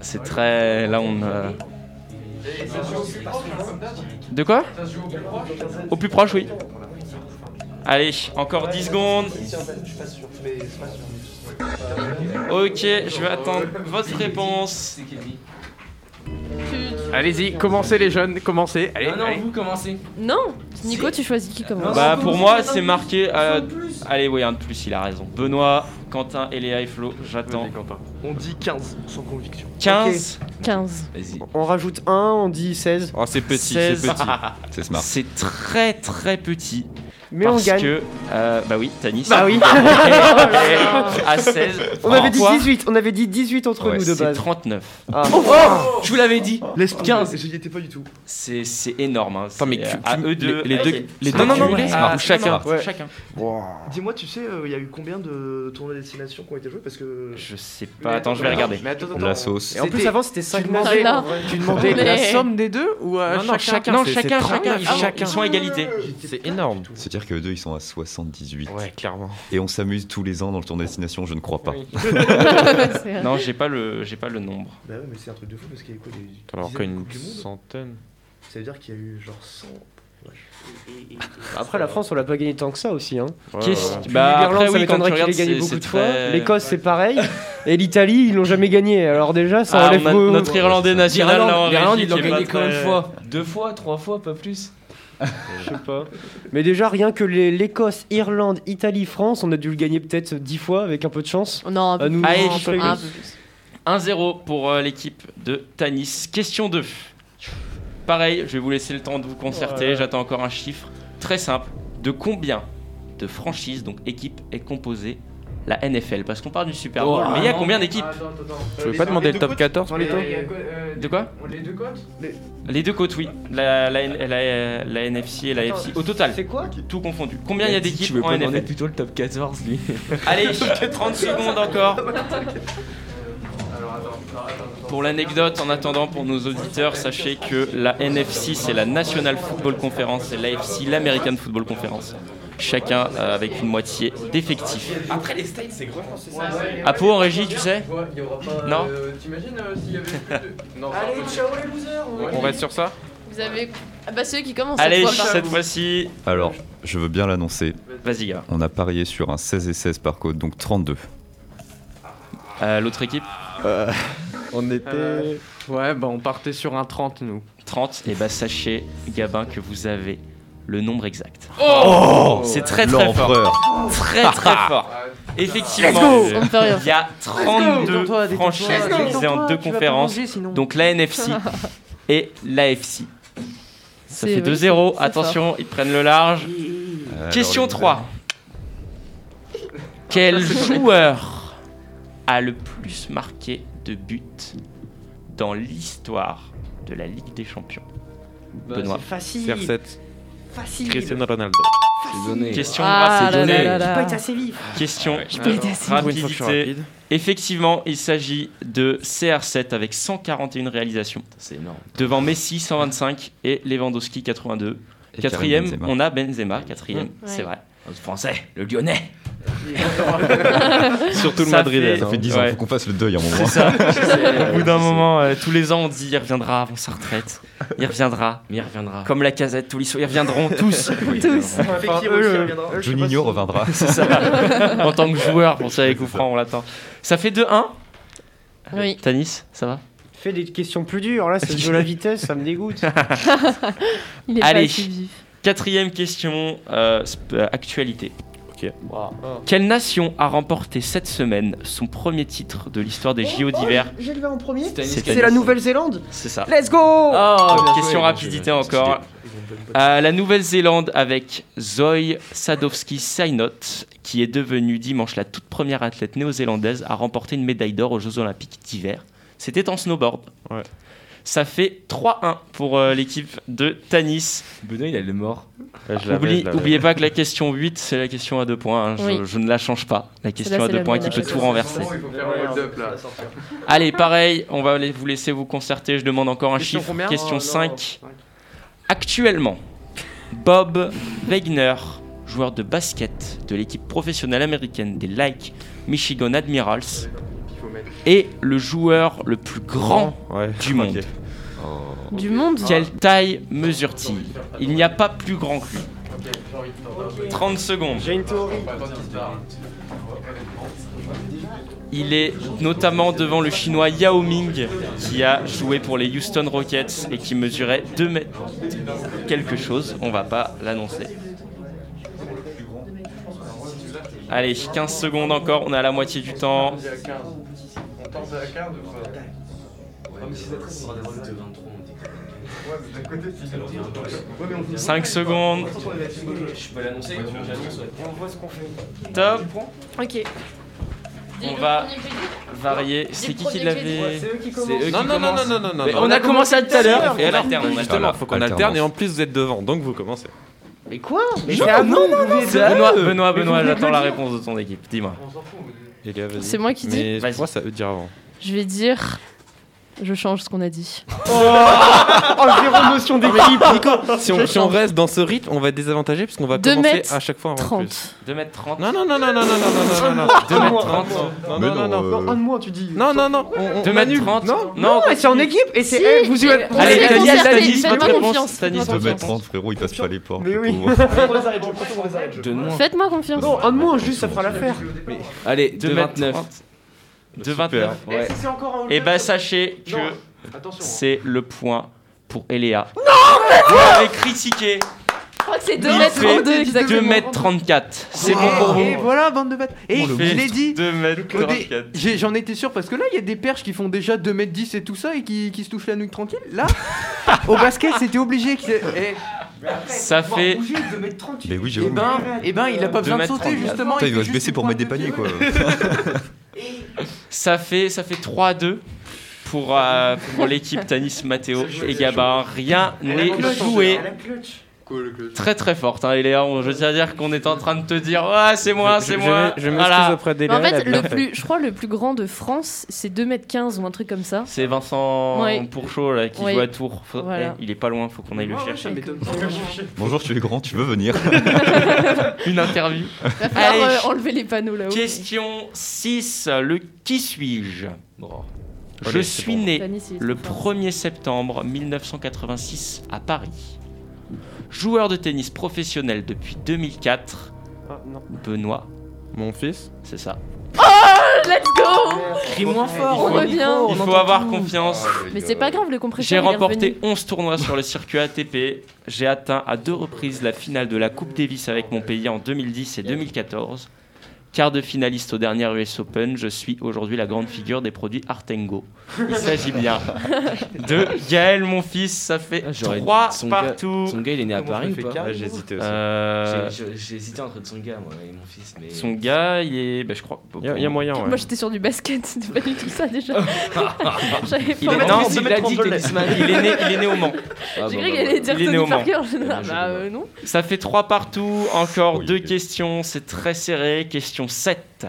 Speaker 3: C'est très. Là, on. euh, De quoi Au plus proche, oui. Allez, encore 10 secondes. Ok, je vais attendre votre réponse.
Speaker 13: Allez-y, commencez les jeunes, commencez. Allez,
Speaker 7: Non, non,
Speaker 13: allez.
Speaker 7: vous commencez.
Speaker 12: Non Nico, tu choisis qui commence
Speaker 3: Bah, pour moi, c'est marqué. euh, Allez, oui, un de plus, il a raison. Benoît, Quentin, Eléa et Flo, j'attends.
Speaker 10: On dit 15, sans conviction.
Speaker 3: 15
Speaker 12: 15.
Speaker 7: Vas-y.
Speaker 2: On rajoute 1, on dit 16.
Speaker 8: Oh, c'est petit, c'est
Speaker 3: 16.
Speaker 8: petit. C'est smart.
Speaker 3: C'est très très petit.
Speaker 2: Mais on
Speaker 3: parce
Speaker 2: gagne.
Speaker 3: que. euh, bah oui, Tanis.
Speaker 2: Bah oui.
Speaker 3: Et à 16.
Speaker 2: On avait dit
Speaker 3: Pourquoi
Speaker 2: 18, on avait dit 18 entre
Speaker 3: Ouais,
Speaker 2: nous de
Speaker 3: C'est Oh.
Speaker 2: base.
Speaker 3: 39.
Speaker 2: Ah.
Speaker 11: Oh
Speaker 7: Je vous l'avais dit.
Speaker 10: Laisse
Speaker 7: 15.
Speaker 10: J'y étais pas du tout.
Speaker 3: C'est c'est énorme. Hein.
Speaker 8: Attends, mais
Speaker 3: C'est,
Speaker 8: tu-
Speaker 3: euh, à
Speaker 8: tu-
Speaker 3: eux deux.
Speaker 8: les- les deux-
Speaker 3: Ok.
Speaker 8: les deux
Speaker 3: Non, non, non,
Speaker 8: cumulés,
Speaker 3: mais,
Speaker 8: c'est marrant.
Speaker 3: euh,
Speaker 8: Chacun.
Speaker 3: non, non,
Speaker 8: Ouais.
Speaker 3: Chacun.
Speaker 10: Dis-moi, tu sais, euh, il y a eu combien de tournois destination qui ont été joués Parce que.
Speaker 3: Je sais pas. Attends, je vais regarder.
Speaker 13: Mais attends, attends.
Speaker 9: La sauce.
Speaker 2: Et en plus,
Speaker 13: C'était-
Speaker 2: avant, c'était 5
Speaker 13: Tu demandais,
Speaker 12: Ah, là.
Speaker 13: tu demandais
Speaker 12: Mais-
Speaker 13: la somme des deux ou euh,
Speaker 3: Non, non, chacun,
Speaker 13: Non,
Speaker 3: c'est- c'est
Speaker 13: chacun,
Speaker 3: 30,
Speaker 13: chacun,
Speaker 3: ils-
Speaker 13: chacun.
Speaker 3: Ils sont à égalité.
Speaker 8: C'est énorme.
Speaker 9: C'est-à-dire qu'eux deux, ils sont à 78.
Speaker 8: Ouais, clairement.
Speaker 9: Et on s'amuse tous les ans dans le tour destination, je ne crois pas.
Speaker 12: C'est vrai.
Speaker 3: Non, j'ai pas le, j'ai pas le nombre.
Speaker 10: Bah ouais, mais c'est un truc de fou parce qu'il y a eu quoi des dizaines
Speaker 8: Alors
Speaker 10: de
Speaker 8: qu'une
Speaker 10: Coupes du Monde
Speaker 8: centaine.
Speaker 10: Ça veut dire qu'il y a eu genre 100. Ouais.
Speaker 2: Après, la France, on l'a pas gagné tant que ça aussi. Hein.
Speaker 8: Ouais,
Speaker 3: Qu'est-ce-
Speaker 8: ouais.
Speaker 2: Puis
Speaker 3: Bah,
Speaker 2: L'Irlande,
Speaker 3: après,
Speaker 2: ça
Speaker 3: oui, quand
Speaker 2: m'étonnerait
Speaker 3: tu
Speaker 2: qu'il ait
Speaker 3: regardes,
Speaker 2: gagné
Speaker 3: c'est-
Speaker 2: beaucoup
Speaker 3: c'est
Speaker 2: de fois.
Speaker 3: très-
Speaker 2: L'Écosse, c'est pareil. Et l'Italie, ils l'ont jamais gagné. Alors déjà, ça
Speaker 3: Ah,
Speaker 2: enlève
Speaker 3: on a
Speaker 2: beau-
Speaker 3: notre Irlandais national. là, en
Speaker 7: L'Irlande, l'Irlande,
Speaker 3: régie,
Speaker 7: ils l'ont
Speaker 3: qui est
Speaker 7: gagné
Speaker 3: pas
Speaker 7: combien de
Speaker 3: très-
Speaker 7: fois Deux fois, trois fois, pas plus.
Speaker 2: Je sais pas. Mais déjà, rien que les- l'Écosse, Irlande, Italie, France, on a dû le gagner peut-être 10 fois avec un peu de chance.
Speaker 12: Non, un peu
Speaker 2: Ah, nous,
Speaker 12: plus.
Speaker 3: Allez,
Speaker 12: un
Speaker 3: je
Speaker 12: peu
Speaker 3: fais-
Speaker 12: plus. Un peu plus.
Speaker 3: 1-0 pour euh, l'équipe de Tanis. Question 2. Pareil, je vais vous laisser le temps de vous concerter.
Speaker 2: Ouais.
Speaker 3: J'attends encore un chiffre très simple. De combien de franchises, donc équipe, est composée la NFL Parce qu'on parle du Super Bowl,
Speaker 7: Oh,
Speaker 3: mais il
Speaker 13: ah
Speaker 3: y a
Speaker 7: non.
Speaker 3: combien d'équipes
Speaker 8: Je voulais pas demander le top 14
Speaker 10: Dans les temps.
Speaker 3: De quoi
Speaker 13: euh, Les deux côtes
Speaker 3: Les deux côtes, oui. La, la, la- la- la NFC et la FC. Au total,
Speaker 2: C'est quoi
Speaker 3: tout confondu. Combien il y a
Speaker 7: Bah, Tu
Speaker 3: d'équipes
Speaker 7: veux
Speaker 3: en
Speaker 7: pas demander
Speaker 3: NFL
Speaker 7: plutôt le top 14, lui
Speaker 3: Allez, 30 secondes encore. Pour l'anecdote, en attendant, pour nos auditeurs, sachez que la NFC, c'est la National Football Conference et l'AFC, l'American Football Conference. Chacun euh, avec une moitié d'effectifs.
Speaker 7: Après, les States, c'est grand, c'est ça.
Speaker 3: À Pau, en régie, tu sais
Speaker 13: Ouais, il y aura pas.
Speaker 3: Non.
Speaker 13: euh, T'imagines euh, s'il y avait plus de. Non,
Speaker 10: Allez,
Speaker 13: pas-
Speaker 10: ciao les losers
Speaker 8: On reste sur ça
Speaker 12: Vous avez. Ah bah, ceux qui commencent.
Speaker 3: Allez,
Speaker 12: cette fois,
Speaker 3: cette fois-ci,
Speaker 9: Alors, je veux bien l'annoncer.
Speaker 3: vas-y, gars.
Speaker 9: On a parié sur un 16 et 16 par code, donc 32.
Speaker 3: Euh, L'autre équipe
Speaker 11: Euh, On était.
Speaker 13: Euh, Ouais, bah on partait sur un 30, nous.
Speaker 3: 30. Et bah, sachez, Gabin, que vous avez le nombre exact.
Speaker 9: Oh,
Speaker 3: C'est très très fort.
Speaker 9: L'empereur
Speaker 3: Très très fort. Effectivement,
Speaker 12: par- Ça me fait rire.
Speaker 3: il y a
Speaker 10: Détends-toi,
Speaker 3: 32
Speaker 10: détends-toi,
Speaker 3: franchises
Speaker 10: détends-toi,
Speaker 3: divisées en deux
Speaker 10: tu vas pas
Speaker 3: conférences.
Speaker 10: manger, sinon.
Speaker 3: Donc la NFC et l'AFC.
Speaker 12: C'est-
Speaker 3: Ça fait
Speaker 12: oui,
Speaker 3: 2-0.
Speaker 12: c'est- c'est
Speaker 3: Attention, ils prennent le large.
Speaker 9: Alors,
Speaker 3: Question
Speaker 9: les-
Speaker 3: 3. Quel joueur a le plus marqué de buts dans l'histoire de la Ligue des Champions Benoît.
Speaker 2: Bah, C'est facile.
Speaker 8: CR7,
Speaker 2: Facile.
Speaker 8: Cristiano Ronaldo.
Speaker 7: C'est donné.
Speaker 3: Question
Speaker 12: Ah
Speaker 3: rapide.
Speaker 12: là là là.
Speaker 2: J'ai pas été assez vif.
Speaker 3: Question
Speaker 12: peux être assez
Speaker 8: Pour une fois que je suis
Speaker 3: rapidité.
Speaker 8: rapide.
Speaker 3: Effectivement, il s'agit de CR7 avec 141 réalisations.
Speaker 7: C'est énorme.
Speaker 3: Devant Messi 125 et Lewandowski 82.
Speaker 9: Et Karim
Speaker 3: Quatrième,
Speaker 9: Benzema.
Speaker 3: on a Benzema, quatrième,
Speaker 12: Mmh. Ouais.
Speaker 3: c'est vrai.
Speaker 7: Le Français, le Lyonnais.
Speaker 8: Surtout le Madrid. hein.
Speaker 9: Ça fait 10 ans, faut qu'on fasse le deuil à un moment.
Speaker 3: C'est ça. Au bout d'un moment, euh, tous les ans, on dit il reviendra avant sa retraite. Il reviendra.
Speaker 7: Mais il reviendra.
Speaker 3: Comme la casette, tous les soirs, ils reviendront tous.
Speaker 12: Tous.
Speaker 10: Enfin, eux,
Speaker 2: euh,
Speaker 3: eux,
Speaker 10: reviendra.
Speaker 9: Juninho reviendra.
Speaker 3: C'est ça. en tant que joueur, pour ça, avec Oufran, on l'attend. Ça fait 2-1.
Speaker 12: Oui.
Speaker 3: Tanis, ça va
Speaker 11: Fais des questions plus dures, là, c'est de la vitesse, ça me dégoûte.
Speaker 12: Il est
Speaker 3: Allez.
Speaker 12: pas si vif.
Speaker 3: Quatrième question, euh, sp- euh, actualité.
Speaker 8: Ok.
Speaker 3: Quelle nation a remporté cette semaine son premier titre de l'histoire
Speaker 12: Oh,
Speaker 3: des JO d'hiver
Speaker 11: Oh, J'ai levé en premier.
Speaker 3: C'est
Speaker 11: C'est la Nouvelle-Zélande
Speaker 3: C'est ça.
Speaker 11: Let's go Ah,
Speaker 3: Oh,
Speaker 11: bien
Speaker 3: question
Speaker 11: joué,
Speaker 3: rapidité encore. Euh, la Nouvelle-Zélande avec Zoe Sadowski-Sainot, qui est devenue dimanche la toute première athlète néo-zélandaise à remporter une médaille d'or aux Jeux Olympiques d'hiver. C'était en snowboard. Ça fait 3-1 pour euh, l'équipe de Tanis.
Speaker 7: Benoît, il a le mort.
Speaker 3: Oublie- oubliez pas que la question 8, c'est la question à deux points. hein. Je,
Speaker 12: Oui.
Speaker 3: je ne la change pas. La question
Speaker 12: Celle-là,
Speaker 3: à
Speaker 12: c'est
Speaker 3: deux
Speaker 12: la
Speaker 3: points
Speaker 12: bonne,
Speaker 3: qui peut
Speaker 12: la
Speaker 3: tout
Speaker 12: bonne.
Speaker 3: renverser.
Speaker 13: Il faut faire un hold-up là.
Speaker 3: Allez, pareil, on va la- vous laisser vous concerter. Je demande encore un
Speaker 13: Question
Speaker 3: chiffre.
Speaker 13: combien Oh,
Speaker 3: Question
Speaker 13: non.
Speaker 3: 5. Actuellement, Bob Wegner, joueur de basket de l'équipe professionnelle américaine des Lake Michigan Admirals, est le joueur le plus grand
Speaker 8: Ouais,
Speaker 3: du monde.
Speaker 12: Du monde
Speaker 3: Quelle taille mesure-t-il Il n'y a pas plus grand que lui. 30 secondes.
Speaker 11: J'ai une théorie.
Speaker 3: Il est notamment devant le chinois Yao Ming qui a joué pour les Houston Rockets et qui mesurait 2 mètres quelque chose, on va pas l'annoncer. Allez, 15 secondes encore, on a la moitié du temps.
Speaker 13: On tente à la carte ou pas mais si c'est
Speaker 3: 5 secondes,
Speaker 7: Je peux l'annoncer
Speaker 11: On voit ce qu'on fait.
Speaker 3: top.
Speaker 12: Ok.
Speaker 3: On va varier. C'est qui qui l'avait
Speaker 11: C'est eux qui
Speaker 3: C'est eux qui
Speaker 8: Non, non, non, non,
Speaker 3: commencent.
Speaker 8: non, non, non.
Speaker 3: Mais
Speaker 8: non.
Speaker 3: On a commencé à tout à
Speaker 13: Ah,
Speaker 3: l'heure.
Speaker 8: Et
Speaker 3: On
Speaker 8: alors,
Speaker 3: alterne, on alterne.
Speaker 8: justement, faut qu'on
Speaker 9: Alternance.
Speaker 8: alterne et en plus vous êtes devant, donc vous commencez.
Speaker 11: Mais quoi Mais
Speaker 3: Je-
Speaker 11: c'est à
Speaker 3: Non,
Speaker 11: vous, vous venez de-
Speaker 3: Benoît, Benoît,
Speaker 11: Mais vous
Speaker 3: Benoît,
Speaker 11: venez de
Speaker 3: j'attends
Speaker 11: le
Speaker 3: la
Speaker 11: dire.
Speaker 3: réponse de ton équipe. Dis-moi.
Speaker 8: Elia, vas-y.
Speaker 12: C'est moi qui dis
Speaker 8: Mais je crois que ça veut dire avant.
Speaker 12: Je vais dire. Je change ce qu'on a dit.
Speaker 11: Oh, zéro
Speaker 8: Ah,
Speaker 11: notion d'équipe
Speaker 8: Si on, si on reste dans ce rythme, on va être désavantagé puisqu'on va
Speaker 12: Deux
Speaker 8: commencer
Speaker 12: mètres
Speaker 8: à chaque fois en
Speaker 12: 30.
Speaker 3: 2m30.
Speaker 8: Non, non, non, non, non, non, non, non, non, non.
Speaker 3: 2m30.
Speaker 8: Non,
Speaker 9: Mais
Speaker 8: non, non,
Speaker 9: non,
Speaker 8: non.
Speaker 9: euh,
Speaker 11: Un de moins, tu dis.
Speaker 8: Non, non, non. on- on-
Speaker 3: 2m30. Non,
Speaker 11: Non, mais c'est en équipe et c'est. eh, vous y êtes-
Speaker 12: on s'est
Speaker 3: Allez, Tanis,
Speaker 12: concerté,
Speaker 3: Tanis,
Speaker 12: faites-moi
Speaker 3: votre réponse.
Speaker 12: confiance,
Speaker 3: Tanis,
Speaker 12: faites-moi
Speaker 3: votre
Speaker 9: 2m30,
Speaker 3: réponse.
Speaker 9: frérot, il passe pas les portes.
Speaker 11: Mais
Speaker 9: le
Speaker 11: oui.
Speaker 9: pauvre.
Speaker 11: On les arrête, on les arrête.
Speaker 7: De moins.
Speaker 12: Faites-moi confiance.
Speaker 11: Non, un de moins, juste, ça fera l'affaire.
Speaker 7: Allez, 2,29.
Speaker 3: 2m30. 2,29.
Speaker 7: Ouais.
Speaker 11: Si c'est encore en
Speaker 3: Et bah, sachez que
Speaker 11: Non. Attention. hein.
Speaker 3: c'est le point pour Eléa. Non, Vous l'avez critiqué.
Speaker 12: Je crois que c'est
Speaker 3: Il fait
Speaker 12: 2m32 exactement.
Speaker 3: 2m34. C'est bon pour vous.
Speaker 11: Et voilà, bande de bêtes. Et
Speaker 3: On
Speaker 11: je
Speaker 3: le fait.
Speaker 11: l'ai dit.
Speaker 10: Au dé-
Speaker 3: 2m34.
Speaker 10: j'ai- J'en étais sûr parce que là, il y a des perches qui font déjà 2m10 et tout ça et qui, qui se touchent la nuque tranquille. Là, au basket, c'était obligé. qu'il- eh,
Speaker 3: Ça fait
Speaker 9: Mais oui,
Speaker 10: Eh
Speaker 9: j'avoue.
Speaker 10: ben, eh ben, il a pas
Speaker 3: Deux
Speaker 10: besoin de
Speaker 3: mètres
Speaker 10: sauter
Speaker 3: trente-quatre.
Speaker 10: justement.
Speaker 9: Putain, il
Speaker 10: fait
Speaker 9: va se
Speaker 10: juste
Speaker 9: baisser
Speaker 10: une
Speaker 9: pour mettre des
Speaker 10: pointe de
Speaker 9: paniers, quoi.
Speaker 3: Ça fait, ça fait 3 à 2 pour, euh, pour l'équipe Tanis, Matteo et Gabin. Rien n'est joué. Très très forte, hein, Eléa. On- Je tiens à dire qu'on est en train de te dire Ouais, c'est moi,
Speaker 8: Je-
Speaker 3: c'est
Speaker 8: je-
Speaker 3: moi.
Speaker 8: Je m'excuse
Speaker 3: Voilà.
Speaker 8: auprès
Speaker 12: Mais
Speaker 8: d'Elia.
Speaker 12: en
Speaker 8: elle a
Speaker 12: fait,
Speaker 8: bien
Speaker 12: le plus, je crois le plus grand de France, c'est 2m15 ou un truc comme ça.
Speaker 3: C'est Vincent
Speaker 12: Ouais.
Speaker 3: Pourchaud là, qui
Speaker 12: Ouais.
Speaker 3: joue à Tours. Faut-
Speaker 12: Voilà.
Speaker 3: eh, il est pas loin, faut qu'on aille
Speaker 11: Ah
Speaker 3: le chercher.
Speaker 9: Bonjour, tu es grand, tu veux venir
Speaker 3: Une interview.
Speaker 12: Il va falloir
Speaker 3: Allez.
Speaker 12: euh, enlever les panneaux là-haut.
Speaker 3: Question 6. Le qui suis-je Je
Speaker 8: Allez, c'est
Speaker 3: suis
Speaker 8: bon.
Speaker 3: né
Speaker 12: Tanis, il est
Speaker 3: le
Speaker 12: trop fort.
Speaker 3: 1er septembre 1986 à Paris. Joueur de tennis professionnel depuis 2004,
Speaker 11: Ah, non.
Speaker 3: Benoît,
Speaker 8: Mon fils.
Speaker 3: c'est ça.
Speaker 12: Oh, Let's go
Speaker 11: Crie moins
Speaker 12: On
Speaker 11: fort.
Speaker 12: revient.
Speaker 3: Il faut avoir confiance.
Speaker 9: Ah,
Speaker 12: Mais c'est pas grave, le compresseur.
Speaker 3: J'ai
Speaker 12: il est
Speaker 3: remporté
Speaker 12: revenu.
Speaker 3: 11 tournois sur le circuit ATP. J'ai atteint à deux reprises la finale de la Coupe Davis avec mon pays en 2010 et 2014. Quart de finaliste au dernier US Open, je suis aujourd'hui la grande figure des produits Artengo. Il s'agit bien de Gaël, mon fils. Ça fait
Speaker 7: Ah, j'aurais-
Speaker 3: 3
Speaker 7: son gars-
Speaker 3: partout.
Speaker 7: Son gars, il est né à Paris ou pas
Speaker 8: Ouais, J'ai hésité aussi.
Speaker 3: Euh,
Speaker 7: J'ai- J'ai j'ai hésité entre son gars, moi, et mon fils, mais...
Speaker 3: son gars, il est. bah, je crois.
Speaker 8: Il y, a- y a moyen, ouais.
Speaker 12: Moi j'étais sur du basket, c'était pas du tout ça déjà.
Speaker 3: Oh.
Speaker 12: J'avais
Speaker 3: Il
Speaker 12: pas.
Speaker 3: est,
Speaker 12: envie.
Speaker 3: non,
Speaker 7: il l'a dit, tennisman.
Speaker 3: il est né, il est né au Mans.
Speaker 7: Ah,
Speaker 12: J'ai
Speaker 7: bah,
Speaker 12: cru
Speaker 7: bah,
Speaker 12: qu'il allait
Speaker 7: bah.
Speaker 12: dire
Speaker 3: Il est né au
Speaker 12: Tony
Speaker 3: Mans.
Speaker 12: Parker. je- Ah,
Speaker 7: je
Speaker 12: Bah
Speaker 7: comprends.
Speaker 12: euh, non.
Speaker 3: Ça fait 3 partout. Encore
Speaker 9: Oui,
Speaker 3: deux
Speaker 9: ok.
Speaker 3: questions. C'est très serré. Question 7.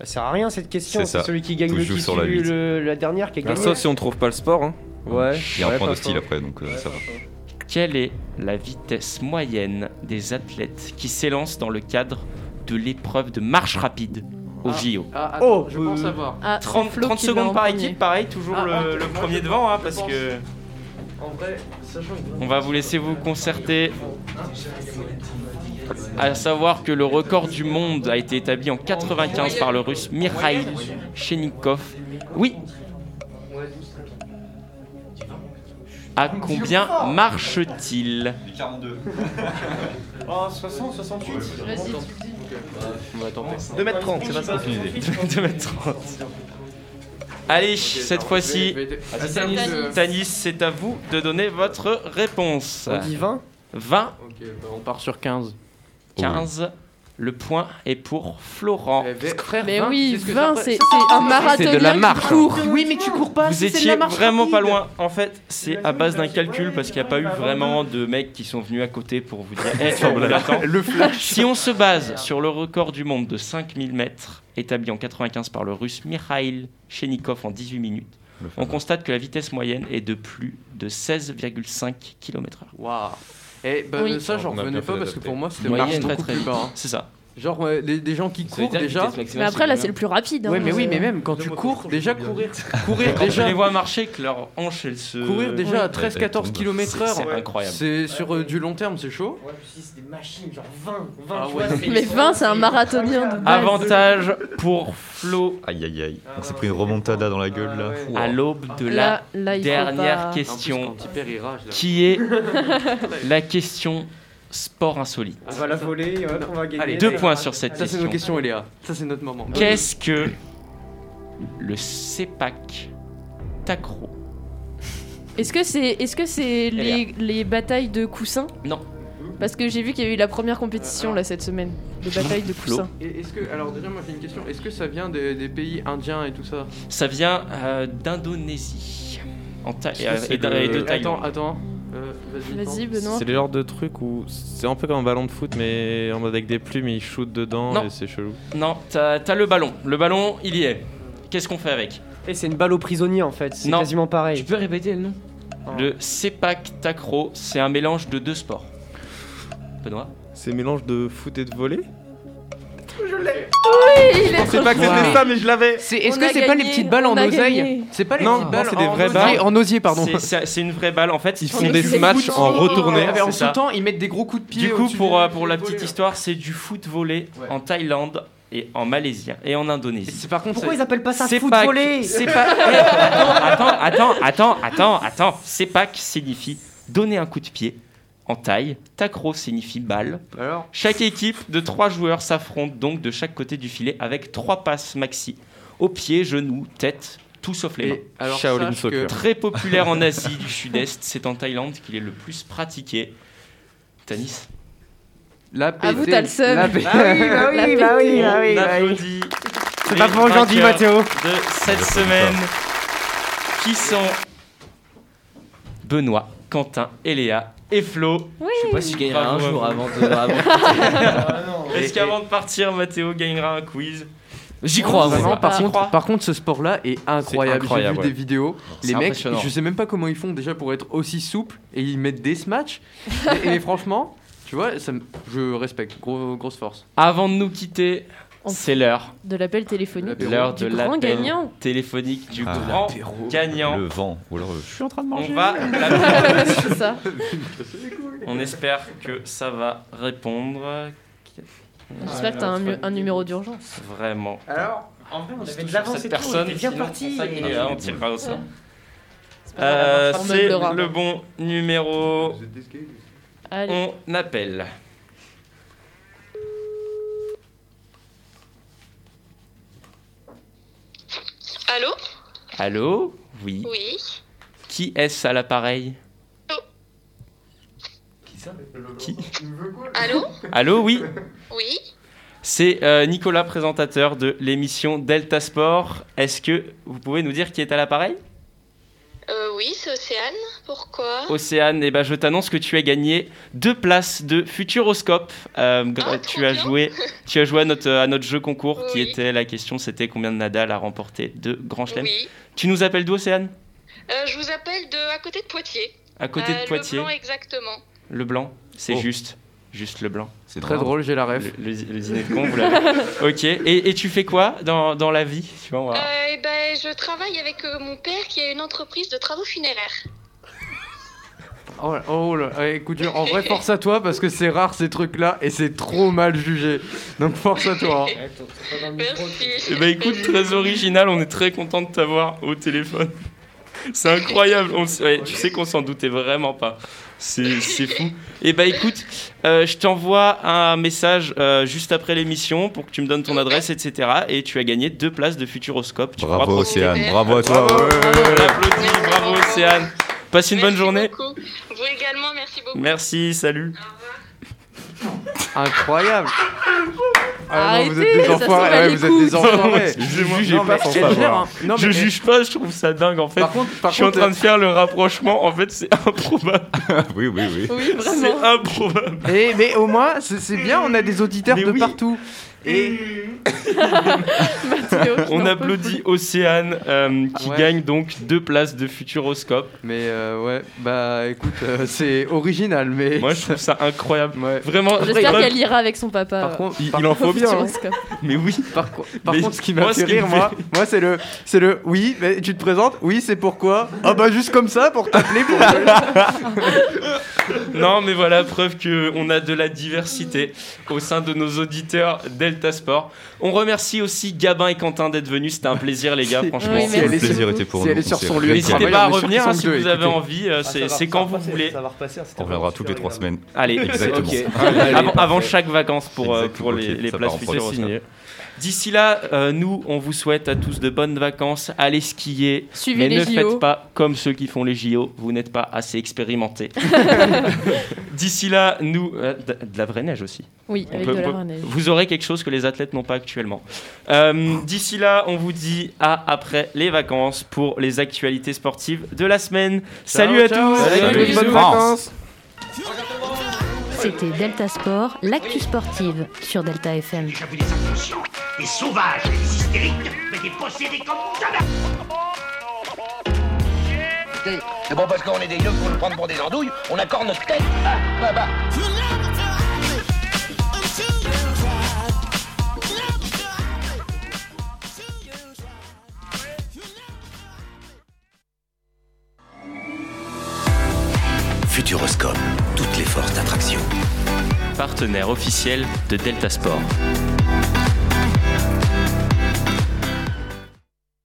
Speaker 11: Ça sert à rien cette question.
Speaker 9: C'est ça.
Speaker 11: C'est celui qui gagne
Speaker 9: Tout
Speaker 11: le
Speaker 9: joue
Speaker 11: qui
Speaker 9: sur la
Speaker 11: suit
Speaker 9: huit.
Speaker 11: le- la dernière qui a
Speaker 8: Bah,
Speaker 3: Ah,
Speaker 11: gagné.
Speaker 8: sauf si on trouve pas le sport. Hein.
Speaker 11: Ouais.
Speaker 9: Il y a un
Speaker 11: Ouais,
Speaker 9: point
Speaker 11: pas
Speaker 9: de style
Speaker 11: fort.
Speaker 9: après, donc euh, ça va.
Speaker 3: Quelle est la vitesse moyenne des athlètes qui s'élancent dans le cadre de l'épreuve de marche rapide au JO.
Speaker 13: Ah, attends, oh, je
Speaker 8: euh,
Speaker 13: pense savoir.
Speaker 3: Ah, 30, 30 secondes par équipe, pareil, toujours ah, le, le, premier devant, hein, parce que.
Speaker 13: En vrai, sachant que-
Speaker 3: On va vous laisser vous concerter.
Speaker 13: Hein
Speaker 3: À savoir que le record du monde a été établi en 95 par le russe Mikhail Chenikov. Oui. À combien marche-t-il
Speaker 9: 42.
Speaker 11: Oh, 60, 68
Speaker 12: Vas-y, tu
Speaker 13: Bah, On va tenter.
Speaker 8: 2m30, c'est pas ça.
Speaker 3: De mettre 30. Allez, cette fois-ci,
Speaker 13: Ah, Tanis, euh,
Speaker 3: Tanis, c'est à vous de donner votre réponse.
Speaker 13: On dit 20
Speaker 3: 20,
Speaker 13: Ok, bah, on part sur 15.
Speaker 3: 15. Le point est pour Florent.
Speaker 12: Mais
Speaker 13: 20,
Speaker 12: Eh oui,
Speaker 13: c'est ce Eh ben, que
Speaker 12: 20,
Speaker 13: ça
Speaker 12: c'est
Speaker 13: fait.
Speaker 12: c'est un
Speaker 3: C'est
Speaker 12: marathonien
Speaker 3: de la
Speaker 12: qui
Speaker 3: marche.
Speaker 12: court.
Speaker 11: Oui, mais tu cours pas,
Speaker 3: Vous étiez vraiment pas loin. En fait, c'est à base d'un calcul parce qu'il n'y a pas eu vraiment de mecs qui sont venus à côté pour vous dire Eh, on vous l'attend.
Speaker 13: Le flash.
Speaker 3: Si on se base sur le record du monde de 5000 mètres établi en 95 par le russe Mikhail Chenikov en 18 minutes, on constate que la vitesse moyenne est de plus de 16,5 km/h.
Speaker 13: Waouh. Eh ben
Speaker 12: Oui.
Speaker 13: ça, j'en
Speaker 8: On a
Speaker 13: revenais
Speaker 8: bien
Speaker 13: pas
Speaker 8: fait
Speaker 13: parce que
Speaker 8: d'adapter.
Speaker 13: pour moi, c'était
Speaker 3: Moyenne
Speaker 13: marche
Speaker 3: très
Speaker 13: beaucoup
Speaker 3: très
Speaker 13: plus
Speaker 3: vite.
Speaker 13: bas. hein.
Speaker 3: C'est ça.
Speaker 13: Genre euh, les- des gens qui courent
Speaker 7: dire
Speaker 13: déjà.
Speaker 7: vitesse maximale,
Speaker 12: Mais après, là,
Speaker 7: combien
Speaker 12: c'est le plus rapide. hein.
Speaker 13: Ouais, mais oui, mais même quand tu cours, déjà courir, courir
Speaker 3: Quand
Speaker 13: déjà
Speaker 3: on les voit marcher, que leurs hanches elles se.
Speaker 13: Courir déjà à
Speaker 8: Ouais,
Speaker 13: 13-14
Speaker 8: ouais,
Speaker 13: km
Speaker 3: C'est
Speaker 13: heure,
Speaker 3: incroyable.
Speaker 13: c'est sur euh, du long terme, c'est chaud.
Speaker 11: Ouais, puis si c'est des machines, genre 20, 20,
Speaker 13: Ah
Speaker 11: tu
Speaker 13: ouais.
Speaker 11: vois, c'est-
Speaker 12: Mais 20, c'est un marathonien de base.
Speaker 3: Avantage pour Flo
Speaker 9: Aïe aïe aïe, on s'est pris une remontada dans la gueule là. Fou.
Speaker 3: à l'aube de la
Speaker 12: Là, là, il faut
Speaker 3: dernière
Speaker 12: pas-
Speaker 3: question,
Speaker 13: En plus, quand il perd, il rage, là.
Speaker 3: qui est la question sport insolite.
Speaker 11: Ah,
Speaker 2: On
Speaker 11: bah,
Speaker 2: va la voler, et hop, on va gagner.
Speaker 13: Allez,
Speaker 3: Deux points sur cette
Speaker 13: Ça, c'est nos
Speaker 3: question.
Speaker 13: questions, Eléa. Ça, c'est notre moment.
Speaker 3: Qu'est-ce que le CEPAC Tacro
Speaker 12: Est-ce que c'est est -ce c'est les, les batailles de coussins
Speaker 3: Non.
Speaker 12: Parce que j'ai vu qu'il y a eu la première compétition là cette semaine, les batailles de
Speaker 3: Flo.
Speaker 12: coussins.
Speaker 13: Et Est-ce que, alors déjà, moi j'ai une question. Est-ce que ça vient des, des pays indiens et tout ça
Speaker 3: Ça vient euh, d'Indonésie. En Tha-
Speaker 8: Est-ce que
Speaker 3: et,
Speaker 8: c'est
Speaker 3: et d'A- et de
Speaker 8: le-
Speaker 3: Thaïlande.
Speaker 13: Attends, attends. Euh, Vas-y.
Speaker 12: Vas-y,
Speaker 13: attends.
Speaker 12: Benoît.
Speaker 8: C'est le genre de truc où c'est un peu comme un ballon de foot, mais en mode avec des plumes, ils shootent dedans
Speaker 3: Non.
Speaker 8: et c'est chelou.
Speaker 3: Non, t'as t'as le ballon. Le ballon, il y est. Qu'est-ce qu'on fait avec
Speaker 2: Et Eh, c'est une balle aux prisonniers en fait, c'est
Speaker 3: Non.
Speaker 2: quasiment
Speaker 7: Tu
Speaker 2: pareil.
Speaker 7: peux répéter le nom
Speaker 8: Ah.
Speaker 3: Le CEPAC Tacro, c'est un mélange de deux sports. Benoît
Speaker 8: C'est mélange de foot et de volley
Speaker 12: Il est
Speaker 8: C'est pas que
Speaker 13: Wow.
Speaker 8: c'était ça, mais je l'avais
Speaker 13: C'est-
Speaker 12: On
Speaker 13: Est-ce
Speaker 12: a
Speaker 13: que c'est pas les
Speaker 12: gagné,
Speaker 13: petites balles
Speaker 12: on
Speaker 13: en
Speaker 12: a
Speaker 13: oseille
Speaker 12: gagné.
Speaker 13: C'est pas les
Speaker 8: Non,
Speaker 13: petites
Speaker 8: non,
Speaker 13: balles
Speaker 8: c'est des
Speaker 13: en
Speaker 8: vraies
Speaker 13: osier-
Speaker 8: balles.
Speaker 13: En osier, pardon.
Speaker 3: C'est- C'est c'est une vraie balle. En fait, ils font
Speaker 13: est
Speaker 8: des
Speaker 13: sous-
Speaker 12: c'est
Speaker 8: matchs
Speaker 12: foot.
Speaker 8: en retournée.
Speaker 13: Ah, mais en
Speaker 3: c'est ça.
Speaker 13: sautant, ils mettent des gros coups de pied.
Speaker 3: Du coup,
Speaker 13: au-dessus
Speaker 3: pour,
Speaker 13: des-
Speaker 3: euh, pour la
Speaker 13: des
Speaker 3: petite
Speaker 13: volets, là.
Speaker 3: histoire, c'est du foot volé
Speaker 13: Ouais.
Speaker 3: en Thaïlande et en Malaisie et en
Speaker 13: Et
Speaker 3: Indonésie.
Speaker 13: c'est- Par contre,
Speaker 11: Pourquoi ils appellent pas ça
Speaker 3: C'est
Speaker 11: foot
Speaker 3: pas-
Speaker 11: volley
Speaker 3: C'est pas. Eh, attends, attends, attends, attends, attends. Sepak signifie donner un coup de pied en taille. Takro signifie balle.
Speaker 13: c'est- Alors,
Speaker 3: Chaque équipe de trois joueurs s'affronte donc de chaque côté du filet avec trois passes maxi. Au pied, genoux, tête, tout sauf les mains.
Speaker 13: et alors,
Speaker 8: Shaolin
Speaker 13: sache
Speaker 8: soccer.
Speaker 13: que-
Speaker 3: Très populaire en Asie du Sud-Est, c'est en Thaïlande qu'il est le plus pratiqué. Tanis
Speaker 13: La
Speaker 12: Ah, vous,
Speaker 13: pété-
Speaker 12: t'as le seum.
Speaker 13: la pété-
Speaker 11: bah
Speaker 12: oui, bah oui,
Speaker 2: Ah,
Speaker 12: bah
Speaker 11: oui,
Speaker 3: On applaudit
Speaker 11: C'est
Speaker 3: les
Speaker 11: pas pour aujourd'hui,
Speaker 3: vainqueurs
Speaker 11: Mathéo.
Speaker 3: de cette semaine qui sont Benoît, Quentin, Eléa et Flo.
Speaker 7: Je sais pas si je gagnerai un
Speaker 3: Bravo à
Speaker 7: jour
Speaker 3: vous.
Speaker 7: avant de. avant de- Ah
Speaker 3: Est-ce qu'avant de partir, Mathéo gagnera un quiz
Speaker 7: J'y crois,
Speaker 13: Vraiment,
Speaker 7: vraiment.
Speaker 3: pas.
Speaker 13: par,
Speaker 3: J'y
Speaker 13: contre,
Speaker 3: crois.
Speaker 13: par contre, ce sport-là est incroyable. J'ai
Speaker 8: incroyable,
Speaker 13: vu
Speaker 8: ouais.
Speaker 13: des vidéos.
Speaker 7: C'est
Speaker 13: Les mecs,
Speaker 7: impressionnant.
Speaker 13: je sais même pas comment ils font déjà pour être aussi souples et ils mettent des smatchs. et, et franchement, tu vois, ça, me- je respecte. Gros- grosse force.
Speaker 3: Avant de nous quitter,
Speaker 12: On-
Speaker 3: c'est l'heure.
Speaker 12: De l'appel téléphonique.
Speaker 13: L'apéro.
Speaker 3: L'heure
Speaker 12: du
Speaker 3: de
Speaker 12: grand
Speaker 3: l'appel
Speaker 12: gagnant.
Speaker 3: téléphonique du
Speaker 9: Ah,
Speaker 3: grand gagnant.
Speaker 9: Le vent, ou alors euh, je suis en train de
Speaker 3: On
Speaker 9: manger.
Speaker 3: va l'appeler.
Speaker 12: C'est ça.
Speaker 3: On espère que ça va répondre.
Speaker 12: J'espère que t'as un, mu- un numéro d'urgence.
Speaker 3: Vraiment.
Speaker 11: Alors, en vrai, on avait de
Speaker 3: Sur
Speaker 11: l'avance
Speaker 3: cette
Speaker 11: et tout, on
Speaker 3: personne,
Speaker 11: était bien
Speaker 3: sinon,
Speaker 11: parti.
Speaker 3: on s'en est là, on tirera au sort.
Speaker 12: pas grave,
Speaker 3: Euh,
Speaker 12: on
Speaker 3: C'est
Speaker 12: meublera.
Speaker 3: le bon numéro.
Speaker 12: Allez.
Speaker 3: On appelle.
Speaker 18: Allô
Speaker 3: Allô Oui.
Speaker 18: Oui.
Speaker 3: Qui est-ce à l'appareil Qui
Speaker 18: Allô
Speaker 3: Allô, oui.
Speaker 18: Oui.
Speaker 3: C'est euh, Nicolas, présentateur de l'émission Delta Sport. Est-ce que vous pouvez nous dire qui est à l'appareil
Speaker 18: Euh, oui, c'est Océane. Pourquoi
Speaker 3: Océane, eh ben, je t'annonce que tu as gagné deux places de Futuroscope. Euh, gra-
Speaker 18: Ah, trop
Speaker 3: tu, as
Speaker 18: bien.
Speaker 3: joué, tu as joué à notre, à notre jeu concours qui
Speaker 18: Oui.
Speaker 3: était la question c'était combien de Nadal a remporté de Grand Chelem.
Speaker 18: Oui.
Speaker 3: Tu nous appelles d'où, Océane
Speaker 18: Euh, je vous appelle de à côté de Poitiers.
Speaker 3: À côté
Speaker 18: Euh,
Speaker 3: de Poitiers.
Speaker 18: Le Blanc, exactement.
Speaker 3: Le blanc, c'est
Speaker 8: Oh.
Speaker 3: juste. Juste Leblanc.
Speaker 13: C'est très drôle, j'ai la ref.
Speaker 3: Le, le, les, idées de con, vous l'avez. ok, et, et, tu fais quoi dans, dans la vie tu vois,
Speaker 18: euh, ben, Je travaille avec euh, mon père qui a une entreprise de travaux funéraires.
Speaker 13: Oh là, oh là. Ouais, écoute, en vrai, force à toi parce que c'est rare ces trucs-là et c'est trop mal jugé. Donc force à toi.
Speaker 18: Hein. Merci.
Speaker 3: Bah écoute, très original, on est très content de t'avoir au téléphone. C'est incroyable, on s- ouais, tu sais qu'on s'en doutait vraiment pas. C'est, c'est fou. Et bah écoute, euh, je t'envoie un message euh, juste après l'émission pour que tu me donnes ton adresse, etc. Et tu as gagné deux places de Futuroscope. Tu
Speaker 9: Bravo Océane, bravo à toi.
Speaker 13: Ah
Speaker 3: Bravo, on applaudit, bravo Océane. Passe une
Speaker 18: Merci
Speaker 3: bonne journée.
Speaker 18: beaucoup. Vous également, merci beaucoup.
Speaker 3: Merci, salut.
Speaker 13: Incroyable. Ah non, vous
Speaker 12: Arrêtez,
Speaker 13: êtes des
Speaker 12: ça
Speaker 13: enfoirés.
Speaker 12: sent pas
Speaker 13: ouais,
Speaker 12: les
Speaker 13: vous êtes des
Speaker 12: couilles.
Speaker 13: enfoirés.
Speaker 3: Excusez-moi,
Speaker 13: jugez
Speaker 3: non,
Speaker 13: pas
Speaker 3: mais
Speaker 13: sans
Speaker 3: c'est
Speaker 13: savoir.
Speaker 3: clair, hein.
Speaker 13: Non,
Speaker 3: je
Speaker 13: mais-
Speaker 3: juge pas, je trouve ça dingue en fait.
Speaker 13: Par contre- par
Speaker 3: je suis
Speaker 13: contre, euh,
Speaker 3: en train de faire le rapprochement, en fait c'est improbable.
Speaker 9: oui, oui, oui.
Speaker 12: Oui, vraiment.
Speaker 3: C'est improbable.
Speaker 13: Eh, mais au moins, c'est c'est bien, on a des auditeurs de partout. Et
Speaker 12: Mathéo, qui
Speaker 3: On
Speaker 12: n'en peut
Speaker 3: applaudit Océane euh, qui
Speaker 13: Ah Ouais.
Speaker 3: gagne donc deux places de Futuroscope.
Speaker 13: Mais euh, ouais, bah écoute, euh, c'est original, mais.
Speaker 3: Moi je trouve ça incroyable.
Speaker 13: Ouais.
Speaker 3: Vraiment,
Speaker 12: J'espère
Speaker 3: vraiment-
Speaker 12: qu'elle ira euh, avec son papa.
Speaker 13: Par contre,
Speaker 3: il,
Speaker 13: par-
Speaker 3: il en faut bien. hein.
Speaker 12: Futuroscope.
Speaker 3: Mais oui.
Speaker 13: Par, co- par
Speaker 3: Mais
Speaker 13: contre, ce qui m'a
Speaker 3: moi, ce
Speaker 13: fait
Speaker 3: qui me
Speaker 13: rire, moi,
Speaker 3: fait-
Speaker 13: moi c'est le, c'est le, oui, mais tu te présentes, oui, c'est pourquoi Ah bah juste comme ça pour t'appeler pour.
Speaker 3: Non, mais voilà, preuve qu'on a de la diversité au sein de nos auditeurs Delta Sport. On remercie aussi Gabin et Quentin d'être venus. C'était un plaisir, les gars, franchement.
Speaker 13: Oui, mais-
Speaker 9: Le
Speaker 13: Elle est
Speaker 9: plaisir
Speaker 13: sur-
Speaker 9: était pour
Speaker 13: si
Speaker 9: nous.
Speaker 13: elle est sur
Speaker 9: on s'est
Speaker 13: son lieu de
Speaker 9: régalé.
Speaker 3: N'hésitez
Speaker 13: travail,
Speaker 3: pas à
Speaker 13: on est sur
Speaker 3: revenir hein, si
Speaker 13: 62,
Speaker 3: vous avez
Speaker 13: écoutez.
Speaker 3: envie. euh, c'est c'est quand vous voulez.
Speaker 11: Ça va repasser. c'était
Speaker 9: On reviendra
Speaker 11: vraiment
Speaker 9: toutes les
Speaker 11: super
Speaker 9: trois
Speaker 11: agréable.
Speaker 9: semaines.
Speaker 3: Allez,
Speaker 9: Exactement.
Speaker 3: c'est ok.
Speaker 9: Allez,
Speaker 3: avant,
Speaker 9: parfait.
Speaker 3: avant chaque vacances pour, euh,
Speaker 9: Exactement,
Speaker 3: pour les,
Speaker 9: ok,
Speaker 3: les
Speaker 9: ça
Speaker 3: places
Speaker 9: part en
Speaker 3: futures.
Speaker 9: prochaine.
Speaker 3: signées. D'ici là, euh, nous, on vous souhaite à tous de bonnes vacances. Allez skier.
Speaker 12: Suivez
Speaker 3: mais
Speaker 12: les
Speaker 3: ne
Speaker 12: JO.
Speaker 3: faites pas comme ceux qui font les JO. Vous n'êtes pas assez expérimentés. D'ici là, nous. euh, de, de la vraie neige aussi.
Speaker 12: Oui,
Speaker 3: On
Speaker 12: avec
Speaker 3: peut-
Speaker 12: de la
Speaker 3: on peut-
Speaker 12: renelle.
Speaker 3: Vous aurez quelque chose que les athlètes n'ont pas actuellement. Euh, D'ici là, on vous dit à après les vacances pour les actualités sportives de la semaine. Salut à tous
Speaker 13: Salut, bonnes
Speaker 3: Bisous.
Speaker 13: vacances
Speaker 17: C'était Delta Sport, l'actu sportive sur Delta FM.
Speaker 5: J'ai déjà vu des inconscients, des sauvages, des hystériques, mais des possédés comme jamais
Speaker 6: Écoutez, C'est bon parce qu'on est des yeux pour nous prendre pour des andouilles, on accorde notre tête Ah, bah, bah.
Speaker 19: Futuroscope, toutes les forces d'attraction.
Speaker 3: partenaire officiel de Delta Sport.